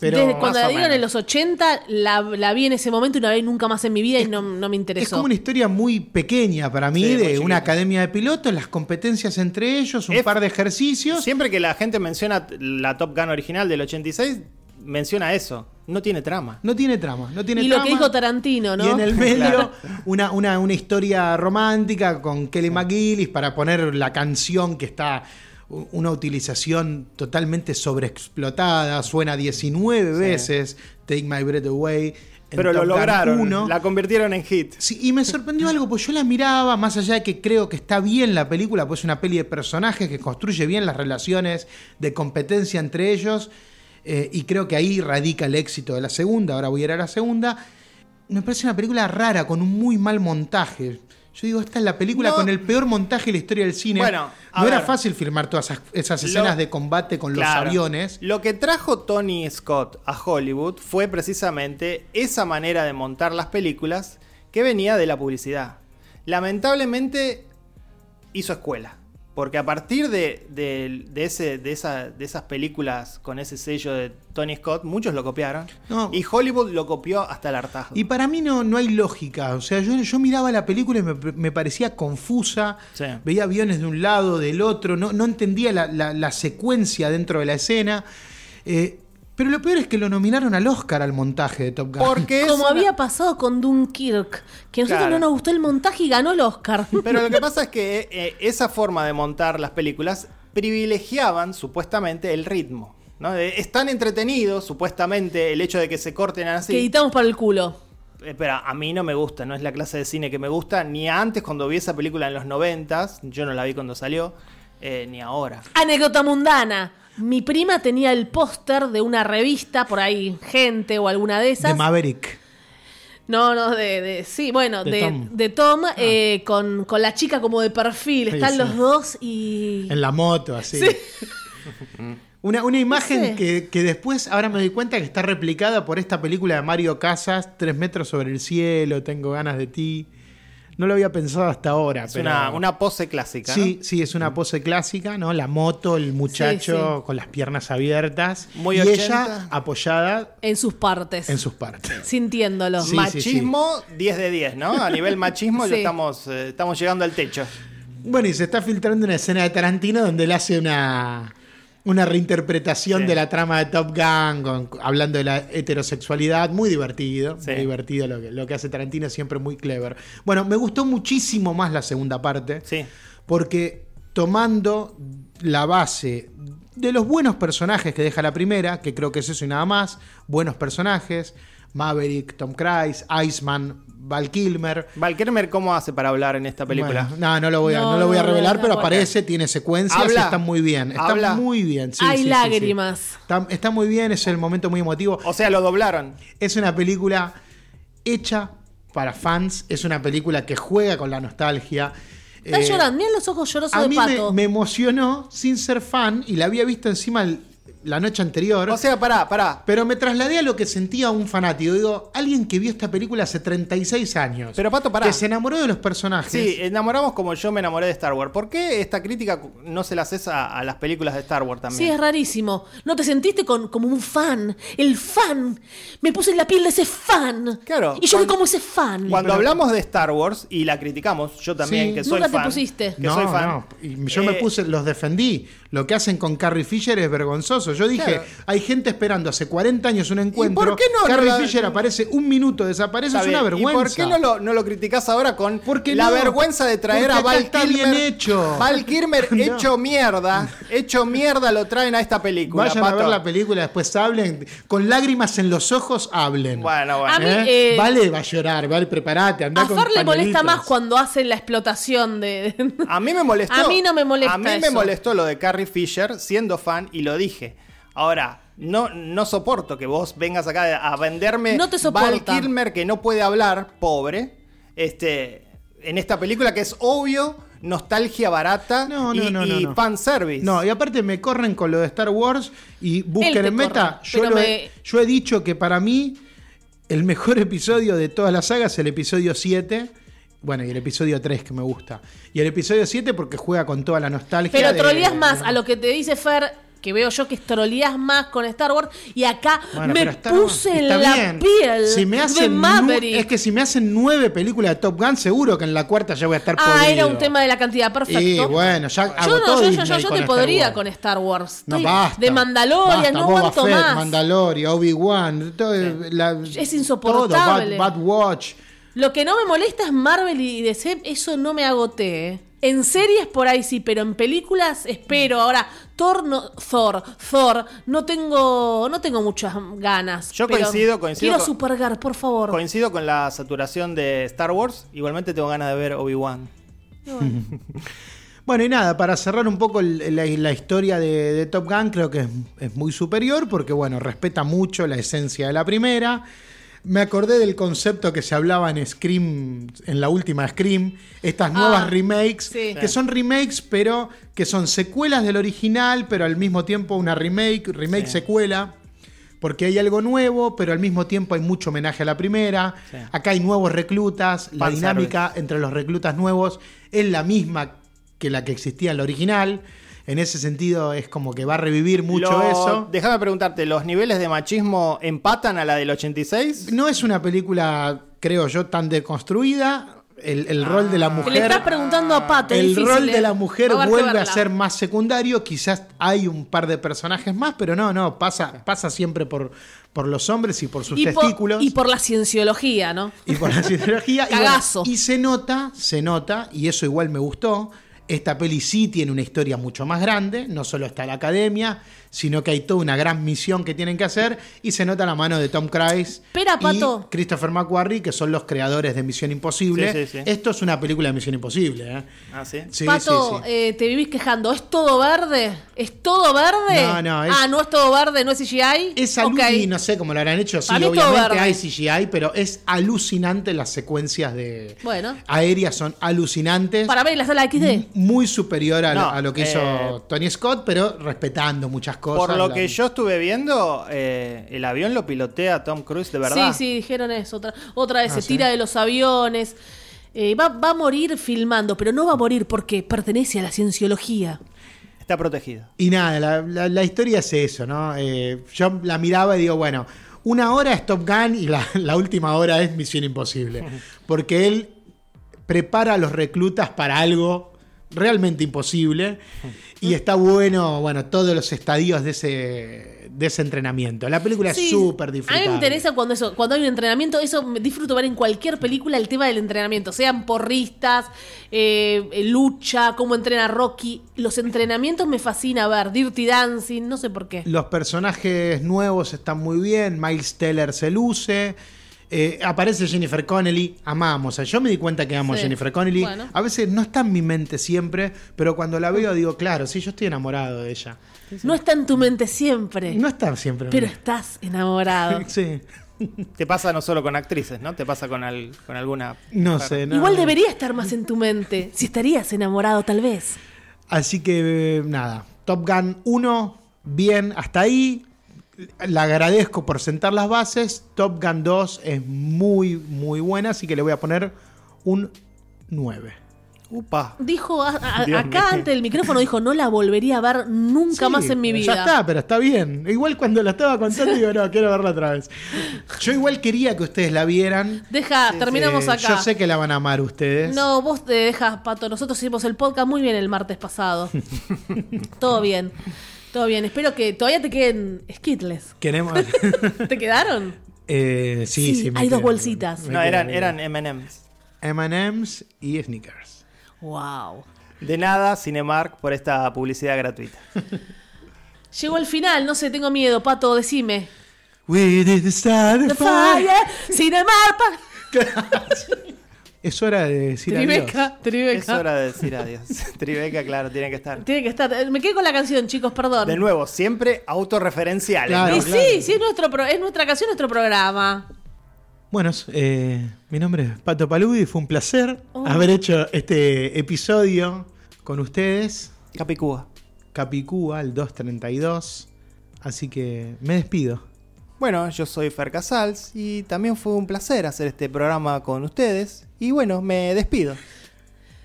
[SPEAKER 2] Pero
[SPEAKER 4] Desde cuando
[SPEAKER 3] más
[SPEAKER 4] la
[SPEAKER 3] o
[SPEAKER 4] dieron en
[SPEAKER 3] menos.
[SPEAKER 4] los 80, la, la vi en ese momento y no la vi nunca más en mi vida y no, no me
[SPEAKER 2] es
[SPEAKER 4] interesó.
[SPEAKER 2] como una historia muy pequeña para mí
[SPEAKER 3] Sí, muy
[SPEAKER 2] de
[SPEAKER 3] chiquita.
[SPEAKER 2] una academia de pilotos, las competencias entre ellos, un
[SPEAKER 3] Es-
[SPEAKER 2] par de ejercicios.
[SPEAKER 3] Siempre que la gente menciona la Top Gun original del 86, menciona eso. No tiene trama.
[SPEAKER 2] No tiene trama, no tiene
[SPEAKER 4] y lo
[SPEAKER 2] trama.
[SPEAKER 4] que dijo Tarantino, ¿no?
[SPEAKER 2] Y en el medio
[SPEAKER 3] Claro.
[SPEAKER 2] una, una, una historia romántica con Kelly McGillis para poner la canción que está u- una utilización totalmente sobreexplotada, suena 19 veces, Take My Breath Away. en
[SPEAKER 3] Pero
[SPEAKER 2] Top
[SPEAKER 3] lo
[SPEAKER 2] Gun
[SPEAKER 3] lograron.
[SPEAKER 2] 1.
[SPEAKER 3] La convirtieron en hit.
[SPEAKER 2] Sí, y me sorprendió algo, pues yo la miraba, más allá de que creo que está bien la película, pues es una peli de personajes que construye bien las relaciones de competencia entre ellos, eh, y creo que ahí radica el éxito de la segunda, ahora voy a ir a la segunda. Me parece una película rara, con un muy mal montaje. Yo digo, esta es la película
[SPEAKER 3] No.
[SPEAKER 2] con el peor montaje de la historia del cine.
[SPEAKER 3] Bueno, a
[SPEAKER 2] no era
[SPEAKER 3] ver.
[SPEAKER 2] fácil filmar todas esas, esas escenas
[SPEAKER 3] Lo-
[SPEAKER 2] de combate con los
[SPEAKER 3] Claro.
[SPEAKER 2] aviones.
[SPEAKER 3] Lo que trajo Tony Scott a Hollywood fue precisamente esa manera de montar las películas que venía de la publicidad. Lamentablemente hizo escuela. Porque a partir de, de- de ese, de, esa- de esas películas con ese sello de Tony Scott, muchos lo copiaron.
[SPEAKER 2] No.
[SPEAKER 3] Y Hollywood lo copió hasta el hartazgo.
[SPEAKER 2] Y para mí no, no hay lógica. O sea, yo, yo miraba la película y me, me parecía confusa.
[SPEAKER 3] Sí.
[SPEAKER 2] Veía aviones de un lado, del otro. No, no entendía la, la- la secuencia dentro de la escena. Eh, Pero lo peor es que lo nominaron al Oscar al montaje de Top Gun.
[SPEAKER 3] Porque es
[SPEAKER 4] Como
[SPEAKER 3] una-
[SPEAKER 4] había pasado con Dunkirk, que a nosotros
[SPEAKER 3] Claro.
[SPEAKER 4] no nos gustó el montaje y ganó
[SPEAKER 2] (laughs)
[SPEAKER 4] el Oscar.
[SPEAKER 3] Pero lo que pasa es que eh, esa forma de montar las películas privilegiaban supuestamente el ritmo. ¿no? Eh, Es tan entretenido, supuestamente, el hecho de que se corten
[SPEAKER 4] Que
[SPEAKER 3] así.
[SPEAKER 4] editamos para el culo.
[SPEAKER 3] Espera, a mí no me gusta, no es la clase de cine que me gusta, ni antes cuando vi esa película en los noventas, yo no la vi cuando salió, eh, ni ahora.
[SPEAKER 4] Anécdota mundana. Mi prima tenía el póster de una revista, por ahí, gente o alguna de
[SPEAKER 2] (laughs)
[SPEAKER 4] esas.
[SPEAKER 2] De Maverick.
[SPEAKER 4] No, no, de, de- sí, bueno,
[SPEAKER 2] De
[SPEAKER 4] de,
[SPEAKER 2] Tom. Ah.
[SPEAKER 4] de Tom, eh, con, con la chica como de perfil.
[SPEAKER 2] Sí,
[SPEAKER 4] Están
[SPEAKER 2] sí.
[SPEAKER 4] los dos y.
[SPEAKER 2] En la moto, así.
[SPEAKER 4] Sí.
[SPEAKER 2] (laughs) Una, una imagen
[SPEAKER 4] No sé.
[SPEAKER 2] que, que después, ahora me doy cuenta que está replicada por esta película de Mario Casas, Tres metros sobre el cielo, Tengo ganas de ti. No lo había pensado hasta ahora.
[SPEAKER 3] Es
[SPEAKER 2] pero-
[SPEAKER 3] una, una pose clásica. ¿no?
[SPEAKER 2] Sí, sí, es
[SPEAKER 3] Mm.
[SPEAKER 2] una pose clásica, ¿no? La moto, el muchacho
[SPEAKER 4] Sí,
[SPEAKER 2] con las piernas abiertas
[SPEAKER 3] Muy
[SPEAKER 2] y
[SPEAKER 3] 80.
[SPEAKER 2] ella apoyada
[SPEAKER 4] En sus partes.
[SPEAKER 2] en sus partes.
[SPEAKER 4] Sintiéndolo.
[SPEAKER 2] Sí,
[SPEAKER 4] Mal.
[SPEAKER 2] sí.
[SPEAKER 3] Machismo 10 de 10, ¿no? A nivel machismo ya
[SPEAKER 4] Sí.
[SPEAKER 3] estamos, eh, estamos llegando al techo.
[SPEAKER 2] Bueno, y se está filtrando una escena de Tarantino donde él hace una, una reinterpretación
[SPEAKER 3] Sí.
[SPEAKER 2] de la trama de Top Gun, con- hablando de la heterosexualidad. Muy divertido,
[SPEAKER 3] Sí.
[SPEAKER 2] muy divertido lo que, lo que hace Tarantino, siempre muy clever. Bueno, me gustó muchísimo más la segunda parte.
[SPEAKER 3] Sí.
[SPEAKER 2] Porque tomando la base de los buenos personajes que deja la primera, que creo que es eso y nada más, buenos personajes, Maverick, Tom Cruise, Iceman, Val Kilmer.
[SPEAKER 3] Val Kilmer, ¿cómo hace para hablar en esta película?
[SPEAKER 2] Bueno, no, no lo voy a, no,
[SPEAKER 4] No,
[SPEAKER 2] lo voy a
[SPEAKER 4] no, no,
[SPEAKER 2] revelar,
[SPEAKER 4] no,
[SPEAKER 2] pero
[SPEAKER 4] no,
[SPEAKER 2] aparece, tiene secuencias,
[SPEAKER 3] Habla.
[SPEAKER 2] está muy bien. Está
[SPEAKER 3] Habla.
[SPEAKER 2] muy bien. sí,
[SPEAKER 4] Hay
[SPEAKER 2] sí, sí, sí.
[SPEAKER 4] lágrimas.
[SPEAKER 2] Está, está muy bien, es el momento muy emotivo.
[SPEAKER 3] O sea, lo doblaron.
[SPEAKER 2] Es una película hecha para fans, es una película que juega con la nostalgia.
[SPEAKER 4] Está
[SPEAKER 2] Eh,
[SPEAKER 4] llorando. Miren los ojos llorosos
[SPEAKER 2] a
[SPEAKER 4] de
[SPEAKER 2] mí
[SPEAKER 4] pato.
[SPEAKER 2] me, me emocionó sin ser fan y la había visto encima el- la noche anterior.
[SPEAKER 3] O sea, pará, pará.
[SPEAKER 2] pero me trasladé a lo que sentía un fanático. Digo, alguien que vio esta película hace 36 años.
[SPEAKER 3] Pero, Pato, pará.
[SPEAKER 2] Que se enamoró de los personajes.
[SPEAKER 3] Sí, enamoramos como yo me enamoré de Star Wars. ¿Por qué esta crítica no se la haces a, a las películas de Star Wars
[SPEAKER 4] Sí,
[SPEAKER 3] también?
[SPEAKER 4] es rarísimo. ¿No te sentiste con, como un fan? El fan. Me puse en la piel de ese fan.
[SPEAKER 3] Claro.
[SPEAKER 4] Y yo fui
[SPEAKER 3] Cuando-
[SPEAKER 4] como ese fan.
[SPEAKER 3] Cuando
[SPEAKER 2] Pero-
[SPEAKER 3] hablamos de Star Wars y la criticamos, yo también,
[SPEAKER 2] Sí.
[SPEAKER 3] que soy
[SPEAKER 4] Nunca te
[SPEAKER 3] fan.
[SPEAKER 4] pusiste.
[SPEAKER 3] Que
[SPEAKER 2] no,
[SPEAKER 3] soy fan.
[SPEAKER 2] no. Y yo me
[SPEAKER 3] eh,
[SPEAKER 2] puse, los defendí. Lo que hacen con Carrie Fisher es vergonzoso. Yo dije,
[SPEAKER 3] Claro.
[SPEAKER 2] hay gente esperando hace 40 años un encuentro.
[SPEAKER 3] por qué no
[SPEAKER 2] Carrie
[SPEAKER 3] la-
[SPEAKER 2] Fisher aparece un minuto, desaparece,
[SPEAKER 3] está
[SPEAKER 2] es una
[SPEAKER 3] bien. ¿Y
[SPEAKER 2] vergüenza.
[SPEAKER 3] por qué no lo, no lo criticás ahora con
[SPEAKER 2] Porque
[SPEAKER 3] la
[SPEAKER 2] no,
[SPEAKER 3] vergüenza de traer
[SPEAKER 2] porque
[SPEAKER 3] a
[SPEAKER 2] acá
[SPEAKER 3] Val
[SPEAKER 2] está
[SPEAKER 3] Kilmer?
[SPEAKER 2] bien hecho.
[SPEAKER 3] Val Kilmer
[SPEAKER 2] (laughs) No.
[SPEAKER 3] hecho mierda, hecho mierda lo traen a esta película.
[SPEAKER 2] Vayan a
[SPEAKER 3] Pato.
[SPEAKER 2] ver la película, después hablen. Con lágrimas en los ojos, hablen.
[SPEAKER 3] Bueno, bueno.
[SPEAKER 4] A mí,
[SPEAKER 2] ¿Eh?
[SPEAKER 4] eh,
[SPEAKER 2] vale, va a llorar, vale, prepárate, anda
[SPEAKER 4] A
[SPEAKER 2] con
[SPEAKER 4] Fer le molesta
[SPEAKER 2] pañuelitos.
[SPEAKER 4] más cuando hacen la explotación de.
[SPEAKER 3] A mí me molestó.
[SPEAKER 4] A mí no me molesta
[SPEAKER 3] A mí me
[SPEAKER 4] eso.
[SPEAKER 3] molestó lo de Carrie Fisher siendo fan y lo dije. Ahora, no, no soporto que vos vengas acá a venderme
[SPEAKER 4] No te
[SPEAKER 3] Val
[SPEAKER 4] soporta.
[SPEAKER 3] Kilmer que no puede hablar, pobre, este, en esta película que es obvio nostalgia barata
[SPEAKER 2] No, no,
[SPEAKER 3] y,
[SPEAKER 2] no, no,
[SPEAKER 3] y
[SPEAKER 2] no.
[SPEAKER 3] fanservice.
[SPEAKER 2] No, y aparte me corren con lo de Star Wars y busquen
[SPEAKER 4] Él te
[SPEAKER 2] en meta.
[SPEAKER 4] corre,
[SPEAKER 2] Yo,
[SPEAKER 4] pero
[SPEAKER 2] lo he,
[SPEAKER 4] me-
[SPEAKER 2] yo he dicho que para mí el mejor episodio de todas las sagas es el episodio 7. Bueno, y el episodio 3 que me gusta. Y el episodio 7 porque juega con toda la nostalgia.
[SPEAKER 4] Pero
[SPEAKER 2] de-
[SPEAKER 4] troleas más a lo que te dice Fer, que veo yo que troleas más con Star Wars, y acá
[SPEAKER 2] Bueno,
[SPEAKER 4] me
[SPEAKER 2] pero está-
[SPEAKER 4] puse en
[SPEAKER 2] está
[SPEAKER 4] la
[SPEAKER 2] bien.
[SPEAKER 4] piel
[SPEAKER 2] Si me
[SPEAKER 4] de
[SPEAKER 2] hacen nu-
[SPEAKER 4] Maverick.
[SPEAKER 2] Es que si me hacen nueve películas de Top Gun, seguro que en la cuarta ya voy a estar
[SPEAKER 4] ah,
[SPEAKER 2] podrido.
[SPEAKER 4] era un tema de la cantidad, perfecto.
[SPEAKER 2] Y bueno, ya hago
[SPEAKER 4] yo no,
[SPEAKER 2] todo
[SPEAKER 4] yo, yo,
[SPEAKER 2] Disney
[SPEAKER 4] yo, yo
[SPEAKER 2] con
[SPEAKER 4] te
[SPEAKER 2] Star
[SPEAKER 4] podría
[SPEAKER 2] Wars.
[SPEAKER 4] con Star Wars.
[SPEAKER 2] No,
[SPEAKER 4] Estoy-
[SPEAKER 2] basta.
[SPEAKER 4] de Mandalorian,
[SPEAKER 2] Basta,
[SPEAKER 4] no
[SPEAKER 2] Boba
[SPEAKER 4] aguanto
[SPEAKER 2] Fett,
[SPEAKER 4] más.
[SPEAKER 2] Mandalorian, Obi-Wan, todo, la-
[SPEAKER 4] Es insoportable.
[SPEAKER 2] todo, Bad, Bad Watch.
[SPEAKER 4] Lo que no me molesta es Marvel y DC, eso no me agoté. ¿eh? En series por ahí sí, pero en películas espero. Ahora, Thor, no- Thor, Thor, no tengo, no tengo muchas ganas.
[SPEAKER 3] Yo
[SPEAKER 4] pero
[SPEAKER 3] coincido, coincido
[SPEAKER 4] Quiero
[SPEAKER 3] con-
[SPEAKER 4] supergar, por favor.
[SPEAKER 3] Coincido con la saturación de Star Wars, igualmente tengo ganas de ver Obi-Wan.
[SPEAKER 2] Bueno, y nada, para cerrar un poco el- la, la historia de, de Top Gun, creo que es, es muy superior porque, bueno, respeta mucho la esencia de la primera. Me acordé del concepto que se hablaba en Scream, en la última Scream, estas nuevas remakes,
[SPEAKER 4] sí.
[SPEAKER 2] que son remakes, pero que son secuelas del original, pero al mismo tiempo una remake, remake secuela. Porque hay algo nuevo, pero al mismo tiempo hay mucho homenaje a la primera.
[SPEAKER 3] Sí.
[SPEAKER 2] Acá hay nuevos reclutas, la
[SPEAKER 3] Fanservice.
[SPEAKER 2] dinámica entre los reclutas nuevos es la misma que la que existía en la original. En ese sentido es como que va a revivir mucho
[SPEAKER 3] Lo-
[SPEAKER 2] eso.
[SPEAKER 3] Déjame preguntarte, ¿los niveles de machismo empatan a la del 86?
[SPEAKER 2] No es una película, creo yo, tan deconstruida. el, el rol de la
[SPEAKER 4] Que Ah. Le
[SPEAKER 2] mujer.
[SPEAKER 4] estás preguntando a Pato. es
[SPEAKER 2] El
[SPEAKER 4] difícil,
[SPEAKER 2] rol de
[SPEAKER 4] ¿eh?
[SPEAKER 2] la mujer
[SPEAKER 4] Va haber que
[SPEAKER 2] vuelve a
[SPEAKER 4] verla.
[SPEAKER 2] ser más secundario, quizás hay un par de personajes más, pero no, no, pasa, pasa siempre por, por los hombres y por sus
[SPEAKER 4] y por,
[SPEAKER 2] testículos
[SPEAKER 4] y por la cienciología, ¿no?
[SPEAKER 2] y por la cienciología. y bueno,
[SPEAKER 4] Cagazo.
[SPEAKER 2] Y, se nota, se nota, y eso igual me gustó. Esta peli sí tiene una historia mucho más grande, no solo está la academia, sino que hay toda una gran misión que tienen que hacer y se nota la mano de Tom Cruise
[SPEAKER 4] Espera,
[SPEAKER 2] y
[SPEAKER 4] Pato.
[SPEAKER 2] Christopher McQuarrie, que son los creadores de Misión Imposible.
[SPEAKER 3] Sí, sí, sí.
[SPEAKER 2] Esto es una película de Misión Imposible. ¿eh?
[SPEAKER 3] Ah, sí.
[SPEAKER 2] Sí,
[SPEAKER 4] Pato,
[SPEAKER 2] sí, sí.
[SPEAKER 4] eh, te vivís quejando. ¿Es todo verde? ¿Es todo verde?
[SPEAKER 2] No, no, es-
[SPEAKER 4] Ah, no es todo verde, no es CGI.
[SPEAKER 2] Es
[SPEAKER 4] eh, Ok.
[SPEAKER 2] alucinante, no sé cómo lo habrán hecho, sí,
[SPEAKER 4] Para mí todo
[SPEAKER 2] obviamente
[SPEAKER 4] verde.
[SPEAKER 2] hay CGI, pero es alucinante las secuencias de
[SPEAKER 4] Bueno.
[SPEAKER 2] aéreas son alucinantes.
[SPEAKER 4] Para ver la sala XD.
[SPEAKER 2] muy superior a, lo-
[SPEAKER 3] No,
[SPEAKER 2] a lo que
[SPEAKER 3] eh,
[SPEAKER 2] hizo Tony Scott, pero respetando muchas cosas.
[SPEAKER 3] Por lo
[SPEAKER 2] La-
[SPEAKER 3] que yo estuve viendo, eh, el avión lo pilotea Tom Cruise, de verdad.
[SPEAKER 4] Sí, sí, dijeron eso. Otra, otra vez
[SPEAKER 2] Ah,
[SPEAKER 4] se
[SPEAKER 2] ¿sí?
[SPEAKER 4] tira de los aviones. Eh, va, va a morir filmando, pero no va a morir porque pertenece a la cienciología.
[SPEAKER 3] Está protegido.
[SPEAKER 2] Y nada, la, la- la historia es eso, ¿no? Eh, yo la miraba y digo, bueno, una hora es Top Gun y la, (laughs) la última hora es Misión
[SPEAKER 3] (laughs)
[SPEAKER 2] Imposible. Porque él prepara a los reclutas para algo realmente imposible
[SPEAKER 3] Mm.
[SPEAKER 2] y está bueno, bueno, todos los estadios de ese, de ese entrenamiento. La película
[SPEAKER 4] Sí,
[SPEAKER 2] es súper
[SPEAKER 4] A
[SPEAKER 2] disfrutable.
[SPEAKER 4] mí me interesa cuando eso, cuando hay un entrenamiento, eso me disfruto ver en cualquier película el tema del entrenamiento, sean porristas, eh, eh, lucha, cómo entrena Rocky. Los entrenamientos me fascina ver, Dirty Dancing, no sé por qué.
[SPEAKER 2] Los personajes nuevos están muy bien. Miles Teller se luce. Eh, aparece Jennifer Connelly. Amamos. yo me di cuenta que amo a
[SPEAKER 4] Sí.
[SPEAKER 2] Jennifer Connelly.
[SPEAKER 4] Bueno. Mm.
[SPEAKER 2] A veces no está en mi mente siempre, pero cuando la veo digo, claro, sí, yo estoy enamorado de ella.
[SPEAKER 4] No está en tu mente siempre,
[SPEAKER 2] No está siempre. en
[SPEAKER 4] pero
[SPEAKER 2] mi-
[SPEAKER 4] estás enamorado.
[SPEAKER 2] Sí.
[SPEAKER 3] Te pasa no solo con actrices, ¿no? Te pasa con, al- con alguna...
[SPEAKER 2] No sé. (laughs) no.
[SPEAKER 4] Igual debería estar más en tu mente, si estarías enamorado tal vez.
[SPEAKER 2] Así que eh, nada. Top Gun 1, bien hasta ahí. La agradezco por sentar las bases. Top Gun 2 es muy, muy buena, así que le voy a poner un 9.
[SPEAKER 3] Upa.
[SPEAKER 4] Dijo a- a-
[SPEAKER 3] Dios
[SPEAKER 4] acá
[SPEAKER 3] mío.
[SPEAKER 4] antes del micrófono, dijo, no la volvería a ver nunca
[SPEAKER 2] Sí,
[SPEAKER 4] más en mi vida.
[SPEAKER 2] Ya está, pero está bien. Igual cuando la estaba contando digo, no, quiero verla otra vez. Yo igual quería que ustedes la vieran.
[SPEAKER 4] Deja, terminamos
[SPEAKER 2] Eh,
[SPEAKER 4] acá.
[SPEAKER 2] Yo sé que la van a amar ustedes.
[SPEAKER 4] No, vos te dejas, Pato. Nosotros hicimos el podcast muy bien el
[SPEAKER 2] (laughs)
[SPEAKER 4] martes pasado. Todo bien. Todo bien. Espero que todavía te queden skitles.
[SPEAKER 2] Queremos. (laughs)
[SPEAKER 4] ¿Te quedaron?
[SPEAKER 2] Eh, sí,
[SPEAKER 4] Sí,
[SPEAKER 2] sí. me
[SPEAKER 4] hay dos
[SPEAKER 2] quedan.
[SPEAKER 4] bolsitas.
[SPEAKER 2] Me
[SPEAKER 3] No,
[SPEAKER 2] quedan,
[SPEAKER 3] eran,
[SPEAKER 2] me
[SPEAKER 3] eran M&M's.
[SPEAKER 2] MMs y sneakers.
[SPEAKER 4] Wow.
[SPEAKER 3] De nada, Cinemark, por esta publicidad gratuita.
[SPEAKER 4] Llegó el final, no sé, tengo miedo, Pato, decime.
[SPEAKER 2] We did the start
[SPEAKER 4] The
[SPEAKER 2] of fire.
[SPEAKER 4] fire,
[SPEAKER 2] (laughs)
[SPEAKER 4] Cinemarpa.
[SPEAKER 2] Es hora de decir adiós.
[SPEAKER 4] Tribeca,
[SPEAKER 3] Es
[SPEAKER 4] Tribeca.
[SPEAKER 3] hora de decir
[SPEAKER 4] (laughs)
[SPEAKER 3] adiós. Tribeca, claro, tiene que estar.
[SPEAKER 4] Tiene que estar. eh, Me quedé con la canción, chicos, perdón.
[SPEAKER 3] De nuevo, siempre autorreferencial.
[SPEAKER 2] Claro.
[SPEAKER 4] y sí, sí, es, nuestro pro- es nuestra canción, nuestro programa.
[SPEAKER 2] Bueno, eh, mi nombre es Pato Paludi. Fue un placer
[SPEAKER 4] Oh.
[SPEAKER 2] haber hecho este episodio con ustedes.
[SPEAKER 3] Capicúa.
[SPEAKER 2] Capicúa, el 232. Así que me despido.
[SPEAKER 3] Bueno, yo soy Fer Casals y también fue un placer hacer este programa con ustedes. Y bueno, me despido.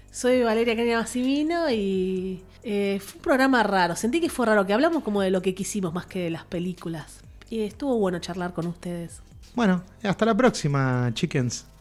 [SPEAKER 4] Soy Valeria Cania Massimino y eh, fue un programa raro. Sentí que fue raro, que hablamos como de lo que quisimos más que de las películas. Y estuvo bueno charlar con ustedes.
[SPEAKER 2] Bueno, hasta la próxima, chickens.